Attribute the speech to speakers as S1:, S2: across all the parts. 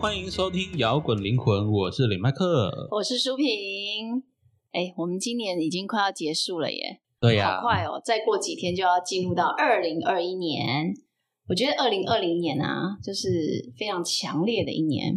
S1: 欢迎收听《摇滚灵魂》，我是李麦克。
S2: 我是舒萍。哎，我们今年已经快要结束了耶，
S1: 对呀、
S2: 好
S3: 啊
S2: 快哦！再过几天就要进入到二零二一年。我觉得二零二零年啊，就是非常强烈的一年。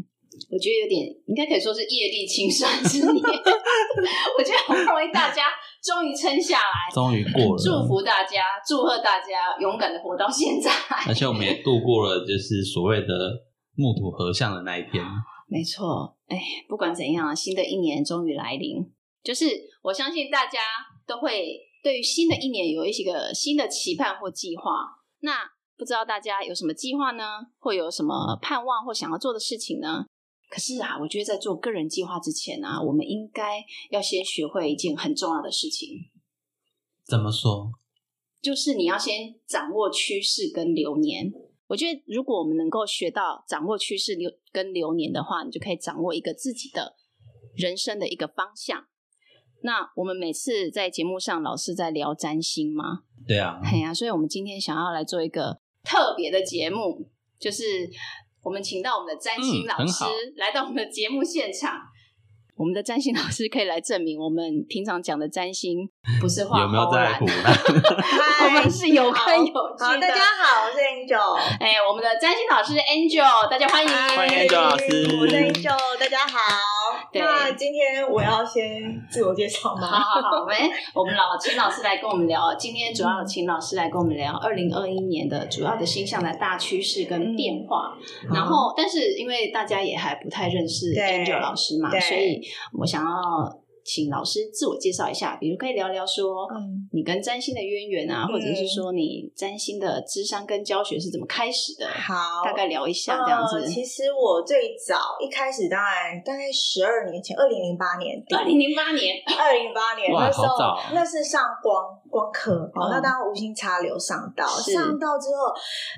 S2: 我觉得有点，应该可以说是业力清算之年。 我觉得好不容易大家终于撑下来，
S1: 终于过了，
S2: 祝福大家，祝贺大家勇敢的活到现在。
S1: 而且我们也度过了，就是所谓的木土合相的那一天。
S2: 没错，哎，不管怎样，新的一年终于来临，就是我相信大家都会对于新的一年有一些个新的期盼或计划。那不知道大家有什么计划呢？会有什么盼望或想要做的事情呢？可是啊，我觉得在做个人计划之前啊，我们应该要先学会一件很重要的事情，
S1: 怎么说？
S2: 就是你要先掌握趋势跟流年。我觉得，如果我们能够学到掌握趋势流跟流年的话，你就可以掌握一个自己的人生的一个方向。那我们每次在节目上老是在聊占星嘛，
S1: 对啊，
S2: 哎呀、所以我们今天想要来做一个特别的节目，就是我们请到我们的占星
S1: 嗯
S2: 老
S1: 很
S2: 师
S1: 好
S2: 来到我们的节目现场。我们的占星老师可以来证明，我们平常讲的占星不是画
S1: 有没有
S2: 忽然
S1: 在胡乱？
S2: 我
S3: 嗨
S2: 们，是有根有据的。
S3: 好，大家好，我是 Angel，
S2: 哎，我们的占星老师 Angel，大家欢迎，
S1: 欢迎 Angel 老师
S3: 我是 Angel，大家好。
S2: 对
S3: 那今天我要先自我介绍
S2: 好
S3: 吗？
S2: 好好，我们我们老秦老师来跟我们聊，今天主要请老师来跟我们聊二零二一年的主要的星象的大趋势跟变化。然后，但是因为大家也还不太认识
S3: 对
S2: Angel 老师嘛，
S3: 对
S2: 所以我想要请老师自我介绍一下，比如可以聊聊说。
S3: 嗯，
S2: 你跟占星的渊源啊，或者是说你占星的智商跟教学是怎么开始的？
S3: 好，
S2: 大概聊一下这样子。
S3: 呃其实我最早一开始，当然大概十二年前，二零零八年底，
S2: 二零零八年，
S3: 二零八年
S1: 哇
S3: 那时
S1: 好
S3: 候
S1: 早，
S3: 那是上光光课，哦
S2: 啊嗯，
S3: 那当然无心插柳上到，
S2: 是
S3: 上到之后，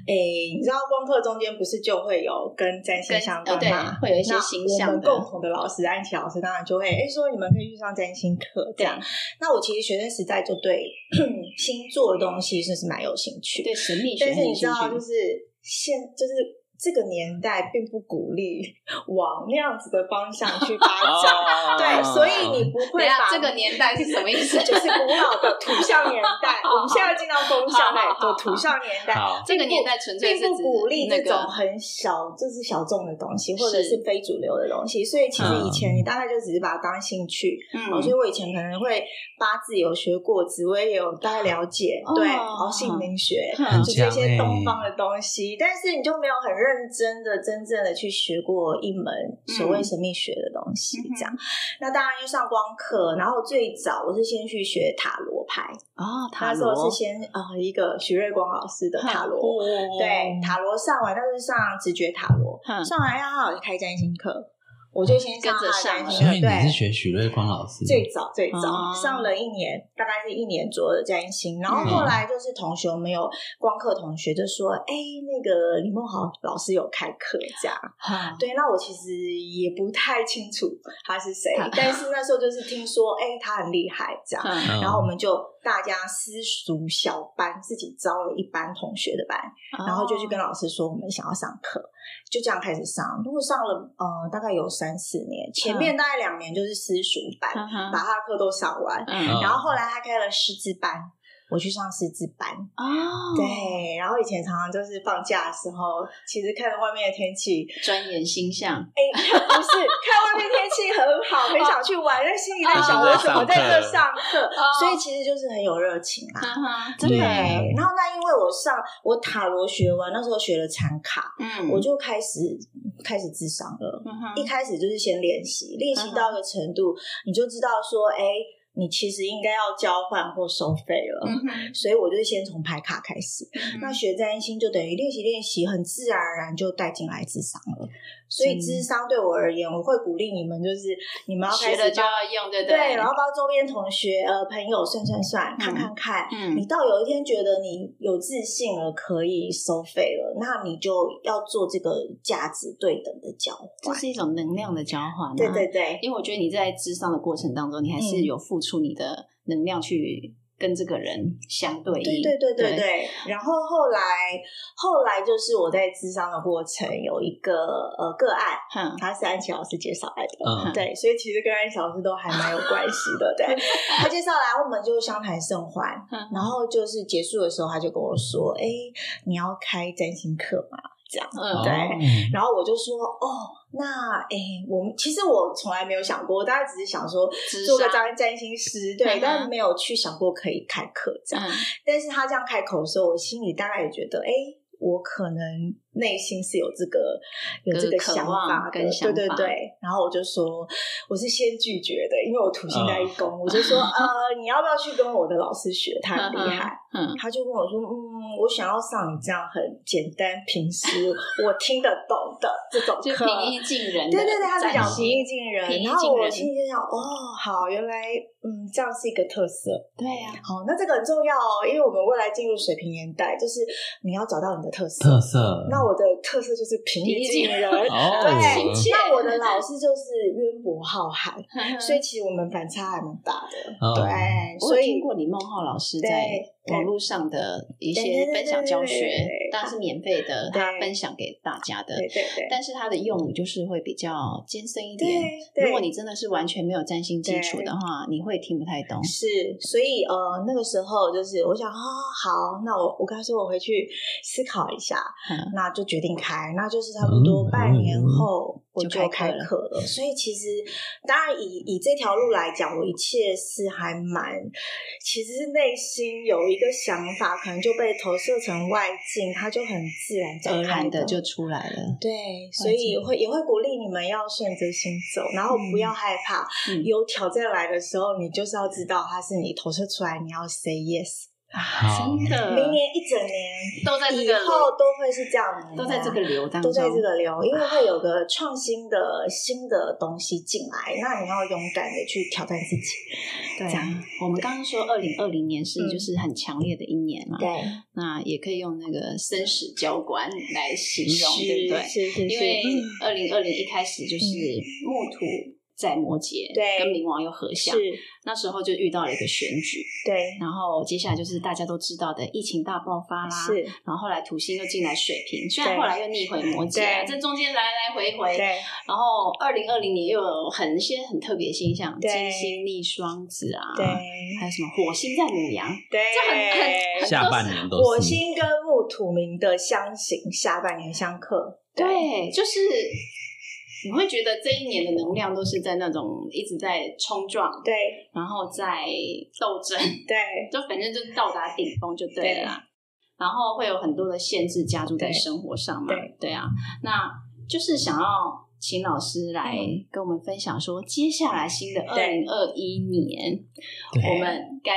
S3: 诶，你知道光课中间不是就会有跟占星
S2: 跟
S3: 相
S2: 呃
S3: 关
S2: 对
S3: 吗？，
S2: 会有一些
S3: 那
S2: 形
S3: 我
S2: 象
S3: 们
S2: 的
S3: 共同的老师安琪老师当然就会诶说你们可以去上占星课
S2: 对
S3: 这样。那我其实学生时代就对 星座的东西就是蛮有兴趣，
S2: 对神秘学很
S3: 但是你
S2: 有
S3: 知
S2: 兴
S3: 道，就
S2: 趣。
S3: 是现就是这个年代并不鼓励往那样子的方向去发 展。
S1: 哦
S3: 对，所以你不
S2: 对
S3: 会
S2: 啊
S3: 把，
S2: 这个年代是什 么意思？
S3: 就是古老的土象年 代，
S2: 好好
S3: 我们现在进到风象代
S2: 好好好
S3: 就土象年代，
S1: 好，
S2: 这个年代纯粹
S3: 并
S2: 是
S3: 不
S2: 指
S3: 鼓励
S2: 那
S3: 这
S2: 个
S3: 种很小，就是小众的东西，或者
S2: 是
S3: 是非主流的东西。所以其实以前你大概就只是把它当兴趣，哦，所以
S2: 嗯，
S3: 我以前可能会八字有学过，紫薇也有大概了解，
S2: 哦
S3: 对，然后姓名学。
S1: 很
S3: 就是一
S1: 强欸
S3: 些东方的东西，但是你就没有很认真的、真正的去学过一门
S2: 嗯
S3: 所谓神秘学的东西，这样。那当然就上光课，然后最早我是先去学塔罗牌，
S2: 哦，塔
S3: 那时候
S2: 罗哦
S3: 是先呃一个徐瑞光老师的塔罗，对，塔罗上完，但是上直觉塔罗，
S2: 哼哦
S3: 上完要好开占星课，我就先上
S2: 跟着
S3: 他的占
S2: 上
S3: 星
S1: 哦所
S3: 课，
S1: 以
S3: 对
S1: 你是学许瑞光老师？
S3: 最早最早、
S2: 哦
S3: 上了一年，大概是一年左右的占星，然后后来就是同学没有光课同学就说，哎、那个李梦豪老师有开课这样，
S2: 哈
S3: 对，那我其实也不太清楚他是谁
S2: 他，
S3: 但是那时候就是听说，哎、他很厉害这样，
S2: 嗯
S1: 嗯
S3: 然后我们就大家私塾小班，自己招了一班同学的班，然后就
S2: 哦
S3: 去跟老师说我们想要上课，就这样开始上。如果上了呃大概有三四年，前面大概两年就是私塾班，
S2: 嗯哼
S3: 把他的课都上完，
S2: 嗯
S1: 嗯
S3: 然后后来他开了师资班。我去上师资班，
S2: 哦，，
S3: 对，然后以前常常就是放假的时候，其实看着外面的天气，
S2: 钻研星象，
S3: 哎、不是，看外面天气很好，很想去玩，但心里在想
S2: 哦
S3: 我怎么在这
S1: 上
S3: 上课，所以其实就是很有热情啊。
S2: 哈哈，真
S3: 对，
S2: 的，啊
S3: 然后那因为我上我塔罗学完，那时候学了禅卡，
S2: 嗯，
S3: 我就开始开始智商了。
S2: 嗯哼
S3: 一开始就是先练习，练习到一个程度，你就知道说，哎，你其实应该要交换或收费了。
S2: 嗯哼
S3: 所以我就先从牌卡开始。
S2: 嗯
S3: 那
S2: 哼
S3: 学占星就等于练习练习，很自然而然就带进来智商了。所
S2: 嗯
S3: 以智商对我而言，我会鼓励你们，就是你们要开
S2: 学
S3: 始
S2: 了就
S3: 帮
S2: 要用，对不
S3: 对，然后帮周边同学、呃朋友算算算，看看看。
S2: 嗯
S3: 你到有一天觉得你有自信了，可以收费了，那你就要做这个价值对等的交
S2: 这
S3: 换。
S2: 是一种能量的交换，啊
S3: 对对。对，
S2: 因为我觉得你在智商的过程当中，你还是
S3: 嗯
S2: 有付出你的能量去跟这个人相对
S3: 对
S2: 应。
S3: 对对对
S2: 对
S3: 对。然后后来后来就是我在咨商的过程有一个呃个案，
S2: 哼，
S3: 他是安琪老师介绍来的。
S1: 嗯
S3: 对，所以其实跟安琪老师都还蛮有关系的。 对，他介绍来，我们就相谈甚欢
S2: 嗯。
S3: 然后就是结束的时候，他就跟我说：“哎，你要开占星课吗？”这样。
S1: 哦
S2: 嗯，
S3: 对
S1: 对，
S3: 然后我就说：“哦，那诶，我们其实我从来没有想过，大家只是想说
S2: 智
S3: 做个
S2: 商
S3: 占占星师，
S2: 嗯
S3: 对
S2: 哼，
S3: 但没有去想过可以开课这样。
S2: 嗯
S3: 但是他这样开口的时候，我心里大概也觉得，哎、我可能内心是有这个有
S2: 有
S3: 这个
S2: 渴
S3: 想
S2: 望
S3: 法的，
S2: 跟想
S3: 对
S2: 法
S3: 对对。然后我就说，我是先拒绝的，因为我土星在一宫，我就说，呃，你要不要去跟我的老师学？他很厉害。
S2: 嗯
S3: 他就跟我说：“嗯，我想要上你这样很简单、平时我听得懂的这种
S2: 就平
S3: 课，
S2: 易近人的占
S3: 对
S2: 星。
S3: 对对，他是讲平易近
S2: 平
S3: 人。
S2: 易
S3: 然后
S2: 近
S3: 我
S2: 人
S3: 心里就想：哦，好，原来嗯，这样是一个特色。
S2: 对啊呀，
S3: 好，那这个很重要哦，因为我们未来进入水平年代，就是你要找到你的特色。
S1: 特色。
S3: 那我的特色就是平易近 人，
S1: 哦
S3: 对。
S2: 亲切
S3: 那我的老师就是渊博浩瀚， 所
S2: 以
S3: 以其实我们反差还蛮大的。
S1: 哦
S3: 对，
S2: 我
S3: 所
S2: 有听
S3: 以
S2: 过李梦浩老师
S3: 对
S2: 在
S3: 对
S2: 网络上的一
S3: 对对
S2: 些
S3: 对
S2: 分享教
S3: 对
S2: 学
S3: 对对，
S2: 当然是免费的，
S3: 对
S2: 他分享给大家的。
S3: 对对对
S2: 但是他的用语就是会比较艰深一点。
S3: 对对，
S2: 如果你真的是完全没有占星基础
S3: 对
S2: 的话，你会听不太懂。
S3: 是，所以呃，那个时候就是我想啊、好，那我我跟他说我回去思考一下，
S2: 嗯
S3: 那就决定开，那就是差不多半年后我
S2: 就
S3: 就
S2: 开
S3: 开
S2: 课了
S3: 课了。所以其实当然以以这条路来讲，我一切是还蛮，其实是内心有一个想法，可能就被投射成外境，它就很自然
S2: 而
S3: 展开
S2: 然呃的就出来了。
S3: 对，所以
S2: 境
S3: 会也会鼓励你们要顺着心走，然后不要害怕。
S2: 嗯
S3: 有挑战来的时候，你就是要知道它是你投射出来，你要 say yes。
S1: 好
S2: 真的，
S3: 明年一整年
S2: 都在这
S3: 以
S2: 个
S3: 后都会是这样的，啊
S2: 都在这个流当
S3: 都
S2: 中，
S3: 在这个流，因为会有个创新的新的东西进来，那你要勇敢的去挑战自己。
S2: 对
S3: 这样
S2: 啊。我们刚刚说，二零二零年是
S3: 嗯
S2: 就是很强烈的一年嘛，
S3: 对，
S2: 那也可以用那个生死交关来形容，
S3: 是
S2: 对不对？
S3: 是是，
S2: 因
S3: 是
S2: 为
S3: 嗯
S2: 二零二零一开始就是
S3: 嗯
S2: 木土在摩羯，
S3: 对
S2: 跟冥王又合相
S3: 是，，
S2: 那时候就遇到了一个选举，
S3: 对，
S2: 然后接下来就是大家都知道的疫情大爆发啦，
S3: 是，
S2: 然后后来土星又进来水瓶，虽然
S3: 对
S2: 后来又逆回摩羯啊，
S3: 对
S2: 这中间来来回回，
S3: 对，
S2: 然后二零二零年又有很一些很特别现象，
S3: 对
S2: 金星逆双子啊，
S3: 对，
S2: 还有什么火星在母羊，
S3: 对，
S2: 这很很很
S1: 下半年都是
S3: 火星跟木土冥的相刑，下半年相克。
S2: 对，就是你会觉得这一年的能量都是在那种一直在冲撞，
S3: 对
S2: 然后在斗争，
S3: 对
S2: 就反正就是到达顶峰就对了啦。然后会有很多的限制加注在生活上嘛，
S3: 对
S2: 啊，那就是想要请老师来跟我们分享说，接下来新的二
S3: 嗯对
S2: 零二一年
S1: 对
S2: 我们该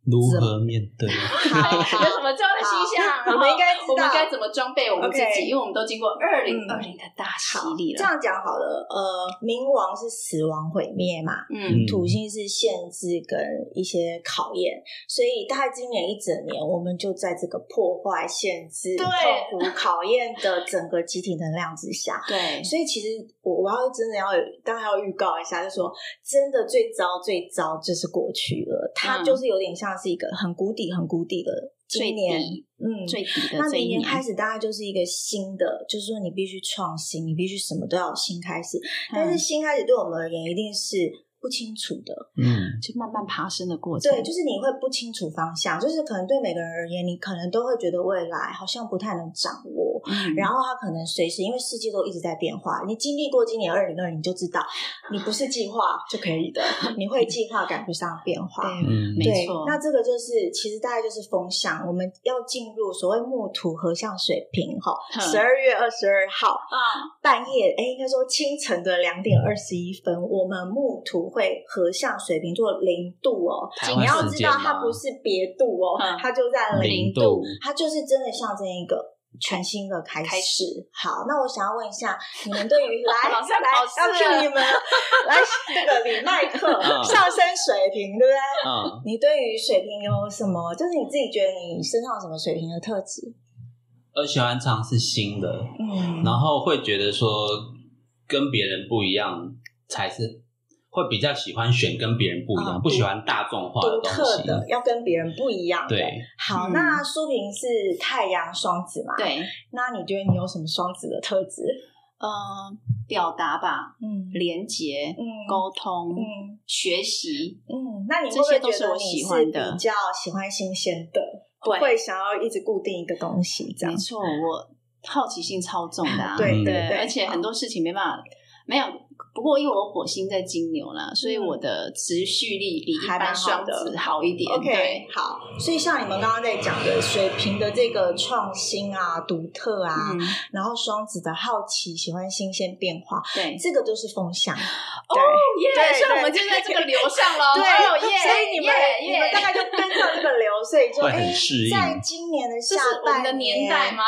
S1: 如何面对？
S3: 好好
S2: 有 什么这样的现象，
S3: 好我们应该知道
S2: 我们该怎么装备我们自己，
S3: OK 嗯
S2: 因为我们都经过二零二零的大洗
S3: 好，
S2: 礼
S3: 这
S2: 了，
S3: 样讲好了。呃，冥王是死亡毁灭嘛，
S2: 嗯
S1: 嗯
S3: 土星是限制跟一些考验，所以大概今年一整年，我们就在这个破坏、限制、
S2: 对
S3: 痛苦、考验的整个集体能量之下。
S2: 对，
S3: 所以其实我我要真的要有当然要预告一下，就说真的最糟最糟就是过去了，它
S2: 嗯
S3: 就是有点像是一个很谷底、很谷底的
S2: 最
S3: 今年，
S2: 底
S3: 嗯，
S2: 最底的
S3: 那
S2: 这
S3: 明
S2: 一
S3: 年开始，大概就是一个新的，就是说你必须创新，你必须什么都要有新开始。但是
S2: 嗯
S3: 新开始对我们而言，一定是不清楚的。
S1: 嗯，
S2: 就慢慢爬升的过程，
S3: 对，就是你会不清楚方向，就是可能对每个人而言，你可能都会觉得未来好像不太能掌握。
S2: 嗯
S3: 然后它可能随时，因为世界都一直在变化，你经历过今年二零二零，你就知道你不是计划就可以的， 你会计划赶不上变化。
S2: 对
S1: 嗯
S2: 没错，
S3: 那这个就是其实大概就是风向，我们要进入所谓木土合相水平哈，
S2: 哼
S3: 十二月二十二号
S2: 啊，
S3: 半夜，哎，应该说清晨的两点二十一分，我们木土会合相水平座零度哦。
S1: 台
S3: 你
S1: 湾
S3: 要
S1: 事
S3: 知
S1: 件
S3: 道，
S1: 吗
S3: 它不是别度哦
S2: 嗯，
S3: 它就在
S1: 零
S3: 零
S1: 度
S3: 度，它就是真的象征一个。全新的开始，好，那我想要问一下，你们对 于来
S2: 老师要考试了
S3: 来要 Q 你 们了来那个李麦克
S1: 嗯
S3: 上升水平，对不对？
S1: 嗯，
S3: 你对于水瓶有什么？就是你自己觉得你身上有什么水瓶的特质？
S1: 我喜欢尝试新的，
S3: 嗯
S1: 然后会觉得说跟别人不一样才是会比较喜欢选跟别人不一样，
S3: 啊
S1: 不喜欢大众化
S3: 独
S1: 东
S3: 特
S1: 西。
S3: 的，要跟别人不一样的。
S1: 对，
S3: 好，
S2: 嗯
S3: 那苏萍是太阳双子嘛？，
S2: 对，
S3: 那你觉得你有什么双子的特质？
S2: 呃，表达吧，
S3: 嗯
S2: 连接、
S3: 嗯
S2: 沟通、
S3: 嗯
S2: 学习，
S3: 嗯，那你会
S2: 这
S3: 不会
S2: 些
S3: 觉
S2: 都是
S3: 得
S2: 我
S3: 你
S2: 喜
S3: 是
S2: 欢的
S3: 比较喜欢新鲜的，
S2: 会
S3: 不会想要一直固定一个东西这样
S2: 没？错，我好奇心超重的、啊，
S3: 对
S1: 嗯
S3: 对对，
S2: 而且很多事情没办法，没有。不过因为我火星在金牛啦，所以我的持续力比一
S3: 嗯还
S2: 般
S3: 蛮好
S2: 双
S3: 的
S2: 子好一点。
S3: OK，
S2: 对，
S3: 好，所以像你们刚刚在讲的水瓶的这个创新啊、独特啊，
S2: 嗯，
S3: 然后双子的好奇、喜欢新鲜变化，
S2: 对。
S3: 这个都是风向。
S2: 哦
S3: 对对
S2: 耶！所以我们
S3: 对
S2: 就在这个流上了。
S3: 对，
S2: 哦耶！
S3: 所以你们
S2: 耶
S3: 你们大
S2: 耶，
S3: 概就跟上这个流，所以就
S1: 会
S3: 哎
S1: 很适应
S3: 在今年的
S2: 这
S3: 下
S2: 是我
S3: 半
S2: 们的年代 吗？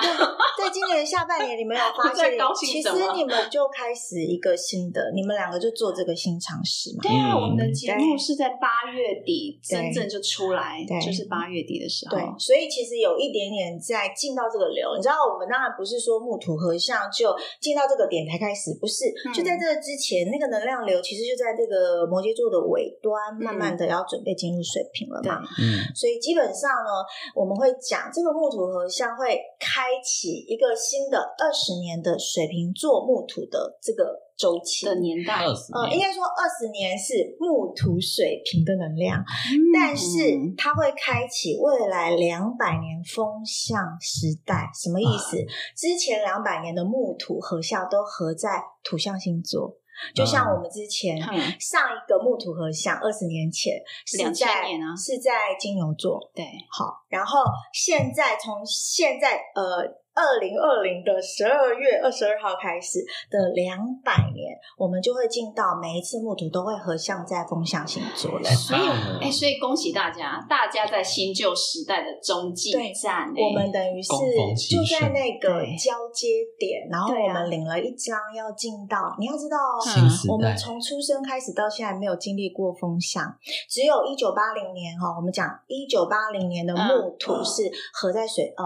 S3: 在今年的下半年，你们有发
S2: 我在
S3: 现
S2: 高，兴
S3: 其
S2: 什
S3: 实
S2: 么
S3: 你们就开始一个新的，你们两个就做这个新尝试嘛。
S2: 对啊，
S1: 嗯
S2: 我们的节目是在八月底真
S3: 对
S2: 正就出来
S3: 对，
S2: 就是八月底的时候。
S3: 对，所以其实有一点点在进到这个流，你知道，我们当然不是说木土合相就进到这个点才开始，不是，
S2: 嗯
S3: 就在这之前，那个能量流其实就在这个摩羯座的尾端，慢慢的要准备进入水平了嘛。
S1: 嗯，
S2: 嗯对
S3: 所以基本上呢，我们会讲这个木土合相会开启一个新的二十年的水瓶座木土的这个周期
S2: 的年代，
S1: 二十
S3: 呃，应
S1: 年，
S3: 该说二十年是木土水平的能量，
S2: 嗯
S3: 但是它会开启未来两百年风向时代。什么意
S2: 啊
S3: 思？之前两百年的木土合相都合在土象星座，就像
S1: 嗯
S3: 我们之前。
S2: 啊嗯
S3: 上一个木土合相，二十年前是
S2: 2000
S3: 在
S2: 年啊
S3: 是在金牛座，
S2: 对，
S3: 好，然后现在从现在呃。二零二零的十二月二十二号开始的两百年，我们就会进到每一次木土都会合相在风象星座了。
S1: 太棒了
S2: 哎，所以恭喜大家，大家在新旧时代的中继
S3: 对
S2: 站，哎
S3: 我们等于是
S1: 供奉牺
S3: 就
S1: 牲
S3: 在那个
S2: 对
S3: 交接点，然后
S2: 对啊
S3: 我们领了一张要进到，你要知道哦，
S1: 新时
S3: 我们
S1: 代，
S3: 从出生开始到现在没有经历过风向，只有一九八零年哈，我们讲一九八零
S2: 嗯
S3: 年的木土是合在水呃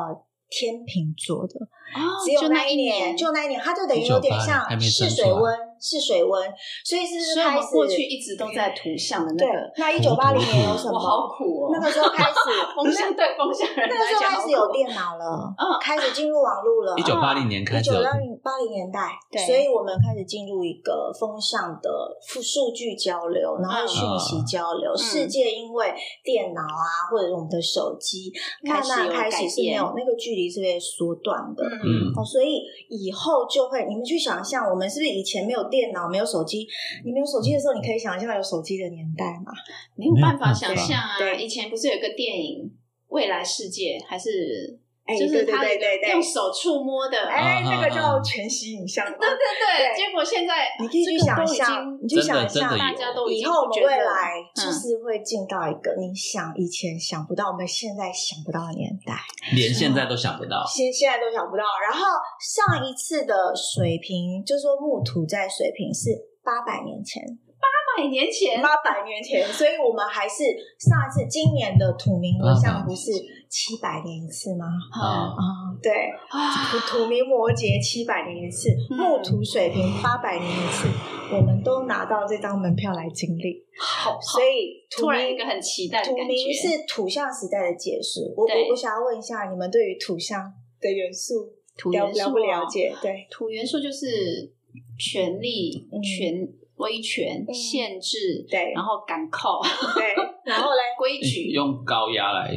S3: 天秤座的，
S2: 哦
S3: 只有
S2: 就
S3: 那
S2: 那
S3: 一
S2: 年，
S3: 就那一年，它就等于有点
S1: 1980还
S3: 像
S1: 没生
S3: 试
S1: 出来
S3: 水温，试水温，所以是不是
S2: 所以我
S3: 开
S2: 们
S3: 始
S2: 过去一直都在图像的那
S3: 对
S2: 个，，
S3: 那一九八零年有什
S2: 我好
S3: 么？
S2: 苦哦，
S3: 那个时候开始，
S2: 风向对风向人
S3: 那个
S2: 来
S3: 时候
S2: 讲
S3: 开
S2: 好
S3: 始
S2: 苦，哦
S3: 有电脑了，
S2: 嗯
S3: 开始进入网络了，
S1: 一九八零年开
S3: 啊一
S1: 始
S3: 九
S1: 有
S3: 八零八零年代，
S2: 对
S3: 所以我们开始进入一个风向的数数据交流，然后
S2: 嗯
S3: 讯
S1: 啊
S3: 息交流。世界因为电脑啊，或者是我们的手机，
S2: 开
S3: 慢
S2: 始
S3: 慢
S2: 有
S3: 开
S2: 改
S3: 始是没
S2: 变
S3: 有那个距离是被缩短的。
S1: 嗯，
S3: 哦，所以以后就会，你们去想象，我们是不是以前没有电脑、没有手机？你没有手机的时候，你可以想象有手机的年代嘛？
S2: 没有办法想象
S3: 对
S2: 啊！
S3: 对
S2: 以前不是有一个电影《未来世界》，还是
S3: 哎，
S2: 就是
S3: 对
S2: 他
S3: 对对对
S2: 用手触摸的，对
S3: 哎，那
S1: 啊
S3: 个
S1: 啊
S3: 叫
S1: 啊
S3: 全息影像嘛。
S2: 对
S3: 对
S2: 对。结果现在
S3: 你可以去
S2: 这个
S3: 想
S2: 都已
S3: 象，你
S2: 经
S3: 去想
S1: 真的真
S3: 象
S1: 的有
S2: 大家都已
S3: 以
S2: 经
S3: 后我
S2: 不
S3: 们
S2: 觉得
S3: 未来
S2: 嗯
S3: 就是会进到一个你想以前想不到，我们现在想不到的年代，
S1: 连现在都想不到，
S3: 现现在都想不到。然后上一次的水平，就是说木土在水平是八百年前，
S2: 八百年前
S3: 八百年前，所以我们还是上一次今年的土民
S2: 啊
S3: 合相
S1: 800
S3: 不是七百年一次吗？
S1: 啊
S3: 啊、对，
S2: 啊，
S3: 土土民摩羯七百年一次，
S2: 嗯
S3: 木土水平八百年一次，我们都拿到这张门票来经历。
S2: 好好
S3: 所以土
S2: 突然
S3: 民
S2: 一个很期待的
S3: 土
S2: 感
S3: 民
S2: 觉。
S3: 是土象时代的结束。我我
S2: 对
S3: 我想要问一下，你们对于土象的元素
S2: 土
S3: 了
S2: 元素
S3: 了不了
S2: 啊？
S3: 解？ 对，
S2: 土元素就是权力
S3: 嗯、
S2: 权威权、
S3: 嗯
S2: 限制，
S3: 对
S2: 然后赶扣、
S3: 对， 然后嘞，
S2: 规矩
S1: 用高压来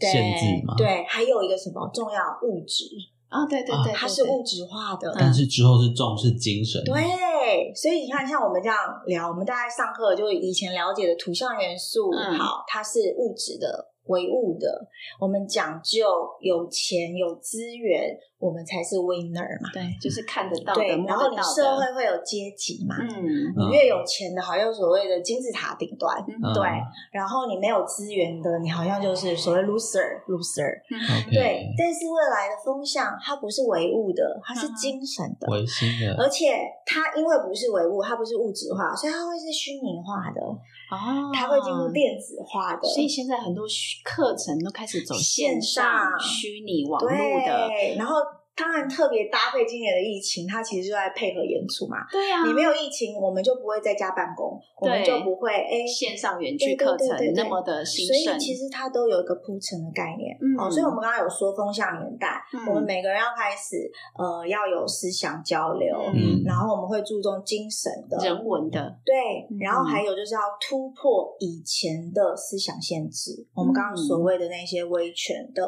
S3: 对
S1: 限制嘛，，
S3: 对，还有一个什么重要物质，
S2: 啊，对对
S1: 啊
S2: 对，
S3: 它
S2: 对
S3: 是
S2: 对嗯
S3: 物质化的。
S1: 但是之后是重视精神，
S3: 对，所以你看，像我们这样聊，我们大概上课就以前了解的土象元素，
S2: 嗯
S3: 好，它是物质的、唯物的。我们讲究有钱、有资源，我们才是 winner 嘛。
S2: 对，就是看得到的，
S3: 对，
S2: 摸
S3: 然
S2: 得
S3: 后你
S2: 到的
S3: 社会会有阶级嘛，
S2: 嗯，
S1: 嗯
S3: 你越有钱的，好像所谓的金字塔顶端，
S1: 嗯
S3: 对。然后你没有资源的，你好像就是所谓 loser loser。
S1: OK
S3: 对，但是未来的风向，它不是唯物的，它是
S2: 嗯
S3: 精神的。
S1: 唯心的，
S3: 而且它因为不是唯物，它不是物质化，所以它会是虚拟化的，
S2: 哦，
S3: 它会进入电子化的，
S2: 所以现在很多虚课程都开始走
S3: 线
S2: 上
S3: 上
S2: 虚拟网络的，
S3: 对，然后当然特别搭配今年的疫情，它其实就在配合演出嘛。
S2: 对呀、啊，
S3: 你没有疫情，我们就不会在家办公，我们
S2: 对
S3: 就不会哎。
S2: 线上远
S3: 对
S2: 距
S3: 对
S2: 课
S3: 对
S2: 程
S3: 对
S2: 那
S3: 对
S2: 么的兴
S3: 所以
S2: 盛，
S3: 其实它都有一个铺陈的概念、
S2: 嗯
S3: 哦，所以我们刚刚有说风向年代，
S2: 嗯
S3: 我们每个人要开始呃要有思想交流，
S1: 嗯
S3: 然后我们会注重精神的
S2: 人文的，
S3: 对
S2: 嗯，
S3: 然后还有就是要突破以前的思想限制，我们
S2: 嗯
S3: 刚刚所谓的那些威权的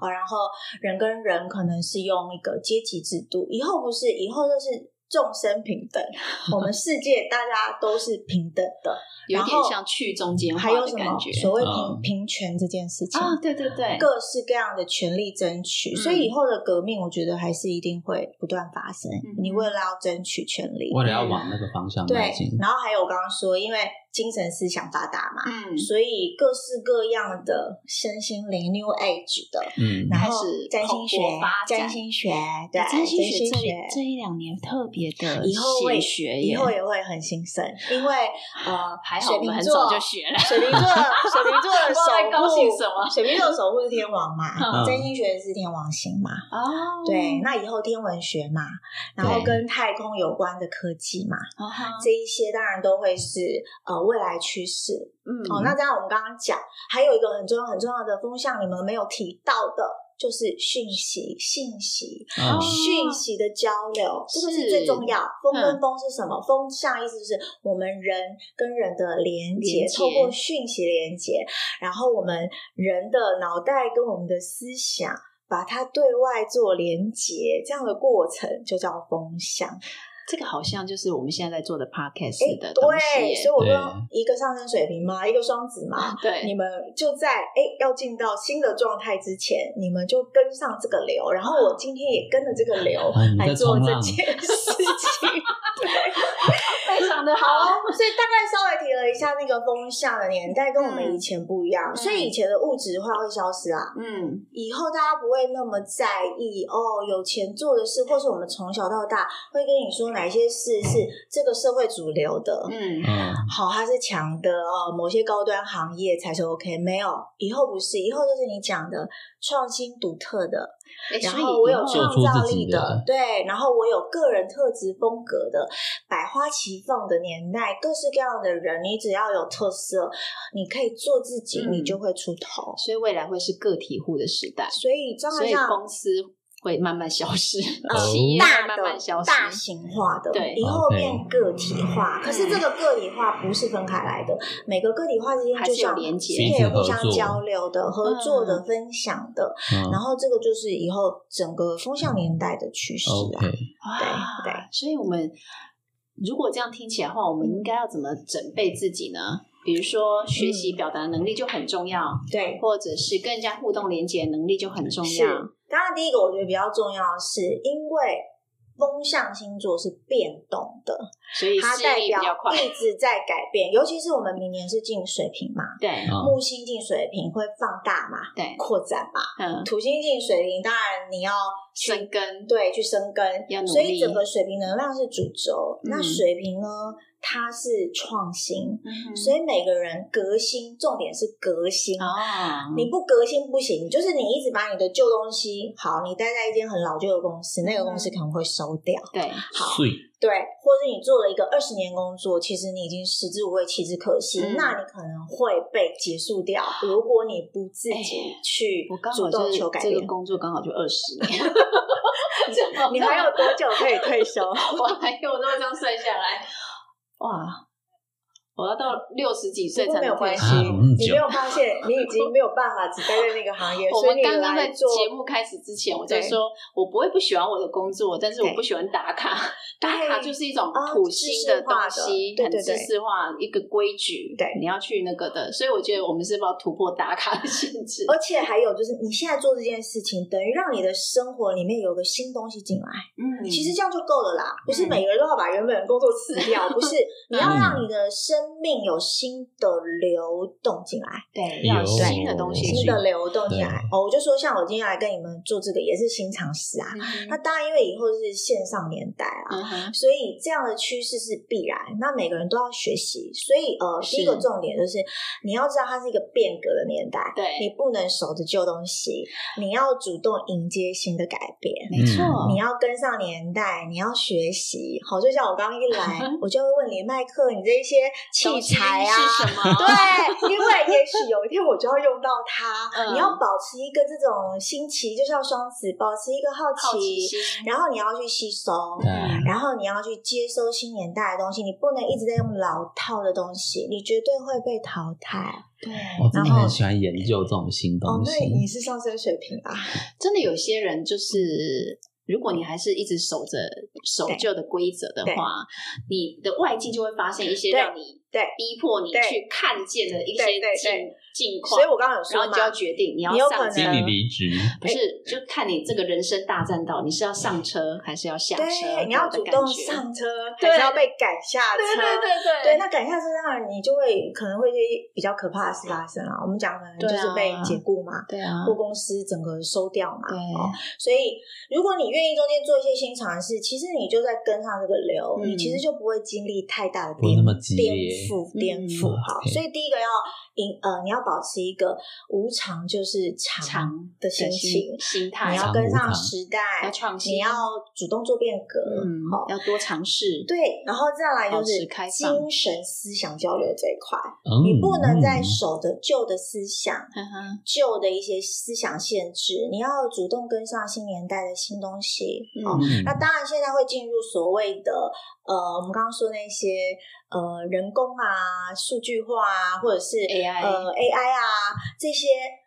S3: 啊、然后人跟人可能是用一个阶级制度，以后不是，以后就是众生平等，我们世界大家都是平等的，
S2: 有
S3: 然
S2: 点
S3: 后
S2: 像去中间
S3: 还
S2: 化
S3: 有
S2: 的
S3: 什
S2: 感
S3: 么
S2: 觉
S3: 所谓
S1: 嗯
S3: 平平权这件事情
S2: 啊，对嗯对对，
S3: 各式各样的权利争取，所以以后的革命，我觉得还是一定会不断发生。
S2: 嗯
S3: 你为了要争取权利，
S1: 为了要往那个方向迈
S3: 对
S1: 进，，
S3: 然后还有我刚刚说，因为精神思想发达嘛，
S2: 嗯，
S3: 所以各式各样的身心灵 New Age 的，
S1: 嗯，
S3: 然
S2: 开
S3: 后
S2: 始
S3: 占星学
S2: 蓬勃发、展
S3: 占星学，对，
S2: 啊占星学这
S3: 学
S2: 这一两年特别的
S3: 以后会
S2: 显学
S3: 以
S2: 耶，
S3: 后也会很兴盛，因为呃，
S2: 还好
S3: 水
S2: 我们
S3: 瓶
S2: 很
S3: 座
S2: 早就学了，
S3: 水 瓶座，水瓶座的
S2: 不知道在
S3: 守
S2: 高
S3: 护
S2: 兴什么
S3: 水瓶座的守护是天王嘛，
S1: 嗯
S3: 占星学是天王星嘛，
S2: 哦
S3: 对，那以后天文学嘛，然后
S1: 对
S3: 跟太空有关的科技嘛，
S2: 啊哈
S3: 这一些当然都会是呃未来趋势。
S2: 嗯，
S3: 哦，那当然我们刚刚讲，还有一个很重要很重要的风向，你们没有提到的，就是讯息，信息。
S1: 嗯
S3: 讯息的交流，这个
S2: 哦是
S3: 是最重要。风
S2: 嗯
S3: 跟风是什么？风向意思就是我们人跟人的连接
S2: 连，接
S3: 透过讯息连接，然后我们人的脑袋跟我们的思想。把它对外做连接，这样的过程就叫风向。
S2: 这个好像就是我们现在在做的 podcast
S3: 哎
S2: 的东西
S3: 对，
S2: 耶
S3: 所以我
S1: 对
S3: 说一个上升水平嘛，一个双子嘛，
S2: 对，
S3: 你们就在哎要进到新的状态之前，你们就跟上这个流，然后我今天也跟着这个流
S1: 啊你在
S3: 来做
S1: 冲
S3: 这
S1: 浪
S3: 件事情。
S2: 非常的
S3: 好，所以大概稍微提了一下那个风向的年代跟我们以前不一样，所以以前的物质化会消失啊。
S2: 嗯，
S3: 以后大家不会那么在意哦，有钱做的事，或是我们从小到大会跟你说哪些事是这个社会主流的，
S2: 嗯
S1: 嗯，
S3: 好，它是强的哦，某些高端行业才是 OK。没有，以后不是，以后就是你讲的创新独特的，
S2: 哎
S3: 然
S2: 所以
S3: 后我
S2: 以
S3: 有
S2: 后
S3: 创
S1: 做出
S3: 造
S1: 自己
S3: 力
S1: 的
S3: 对，然后我有个人特质风格的，百花齐放的年代，各式各样的人，你只要有特色，你可以做自己，
S2: 嗯
S3: 你就会出头。
S2: 所以未来会是个体户的时代，
S3: 所以，张
S2: 所
S3: 含
S2: 以
S3: 上
S2: 公司会慢慢消失，
S1: 呃
S2: 企业
S3: 大
S2: 会
S3: 的
S2: 慢慢消失，
S3: 啊大型化的，
S2: 对
S3: 以后
S1: OK
S3: 变个体化。可是这个个体化不是分开来的，每个个体化之间
S2: 还
S3: 就是
S2: 有
S3: 像
S2: 连结
S3: 是可以
S1: 彼此合
S3: 互相
S1: 作
S3: 交流的、合作的、
S2: 嗯
S3: 分享的。
S1: 嗯
S3: 然后这个就是以后整个风向年代的趋势啊
S1: OK，。
S2: 哇
S3: 对嗯对，
S2: 所以我们如果这样听起来的话，我们应该要怎么准备自己呢？比如说学习表达能力就很重要，
S3: 对，
S2: 或者是跟人家互动连接能力就很重
S3: 是
S2: 要。。
S3: 当然，第一个我觉得比较重要的是，因为风向星座是变动的，
S2: 所以
S3: 它
S2: 适
S3: 代
S2: 应比较
S3: 表
S2: 快，
S3: 一直在改变。尤其是我们明年是进水瓶嘛，
S2: 对
S1: 嗯
S3: 木星进水瓶会放大嘛，
S2: 对，
S3: 扩展嘛。
S2: 嗯，
S3: 土星进水瓶，当然你要去
S2: 生根，
S3: 对去生根
S2: 要努，力
S3: 所以整个水瓶能量是主轴。
S2: 嗯
S3: 那水瓶呢，它是创新，
S2: 嗯
S3: 所以每个人革新，重点是革新。
S2: 哦，
S3: 你不革新不行，就是你一直把你的旧东西，好，你待在一间很老旧的公司，那个公司可能会收掉，
S2: 对
S3: 好，
S1: 碎，
S3: 对，或是你做了一个二十年工作，其实你已经食之无味，弃之可惜，
S2: 嗯
S3: 那你可能会被结束掉，如果你不自己
S2: 哎
S3: 去
S2: 我刚好
S3: 主
S2: 就
S3: 动
S2: 是
S3: 求改
S2: 这
S3: 变
S2: 个。工作刚好就二十年， 这 么
S3: 你还有多久可以退 休？
S2: 我还有，如果这样算下来，哇，我要到六十几岁
S3: 不过
S2: 才
S3: 没有
S2: 能退
S3: 关
S2: 休
S3: 系。
S1: 啊嗯，
S3: 你
S1: 久
S3: 没有发现你已经没有办法只待在那个行 业，
S2: 我
S3: 所以
S2: 们
S3: 你
S2: 刚刚在
S3: 来做
S2: 节目开始之前，我就
S3: 对
S2: 说我不会不喜欢我的工作，但是我
S3: 对
S2: 不喜欢打 卡。打
S3: 对
S2: 卡就是一种
S3: 哦
S2: 土星的东西，
S3: 知识化的对
S2: 很
S3: 对
S2: 知
S3: 对
S2: 识化一个规矩，
S3: 对
S2: 你要去那个的。所以我觉得我们是不是要突破打卡的限制？
S3: 而且还有就是，你现在做这件事情，等于让你的生活里面有个新东西进来，
S2: 嗯
S3: 其实这样就够了啦。不是
S2: 嗯
S3: 每个人都要把原本的工作辞掉，不是，你要让你的生生命有新的流动进来，
S2: 对，要有
S1: 有
S2: 新的东西
S1: 有
S3: 新
S2: 去
S3: 的流动进来
S1: 对。
S3: 哦，我就说像我今天来跟你们做这个也是新尝试啊。那当然，因为以后是线上年代啊，
S2: 嗯哼，
S3: 所以这样的趋势是必然。那每个人都要学习，所以呃，
S2: 是
S3: 第一个重点就是你要知道它是一个变革的年代，
S2: 对
S3: 你不能守着旧东西，你要主动迎接新的改变。
S2: 没错，
S1: 嗯
S3: 你要跟上年代，你要学习。好，就像我刚一 来，我就会问连麦克，你这些器
S2: 东西
S3: 材啊，
S2: 是什么？
S3: 对，因为也许有一天我就要用到它。
S2: 嗯
S3: 你要保持一个这种新奇，就像双子，保持一个好奇，
S2: 好奇心，
S3: 然后你要去吸收。
S1: 对啊
S3: 然后你要去接收新年代的东西，你不能一直在用老套的东西，你绝对会被淘汰。
S2: 对，
S1: 我真的
S3: 然后
S1: 很喜欢研究这种新
S3: 哦
S1: 东，西。
S3: 那你是上升水平 啊？
S2: 真的有些人就是，如果你还是一直守着守旧的规则的话，你的外境就会发现一些
S3: 对
S2: 让你
S3: 对
S2: 逼迫你
S3: 对
S2: 去看见的一
S3: 对
S2: 些
S3: 对
S2: 境
S3: 对
S2: 境况
S3: 所以，我刚刚有
S2: 然后
S3: 说
S2: 你
S3: 嘛
S2: 就，要决定你要
S3: 你有
S2: 上
S3: 可能
S1: 建
S2: 车
S1: 议，你离职，
S2: 不是就看你这个人生大战到你是要上车还是要下车，
S3: 对，你要
S2: 的
S3: 主
S2: 感
S3: 动
S2: 觉
S3: 上车，
S2: 对
S3: 还是要被赶下车？
S2: 对对对
S3: 对，那赶下车当然你就会可能会有一些比较可怕的事发生啊。我们讲可能就是被
S2: 对啊
S3: 解雇嘛，
S2: 对啊，
S3: 或公司整个收掉嘛。
S2: 对
S3: 哦，所以如果你愿意中间做一些新尝试，其实你就在跟上这个流，
S2: 嗯
S3: 你其实就不会经历太大的
S1: 不会那
S3: 颠
S1: 么激烈
S3: 颠覆
S2: 嗯
S3: 颠覆。好，
S1: OK
S3: 所以第一个要引呃，你要保持一个无常就是常
S2: 长
S3: 的心情。
S2: 心态
S3: 你要
S1: 常
S3: 跟
S1: 无
S3: 上
S1: 常
S3: 时代
S2: 要，创新，
S3: 你要主动做变革，
S2: 嗯
S3: 好，
S2: 要多尝试，
S3: 对，然后再来
S2: 保
S3: 就
S2: 持
S3: 是
S2: 开放
S3: 精神思想交流这一块，
S1: 嗯
S3: 你不能再守着旧的思想、
S2: 呵呵，
S3: 旧的一些思想限制，你要主动跟上新年代的新东西。
S2: 嗯
S3: 哦，
S1: 嗯
S3: 那当然现在会进入所谓的呃，我们刚刚说那些呃人工啊、数据化啊，或者是
S2: AI
S3: 呃 AI 啊这些。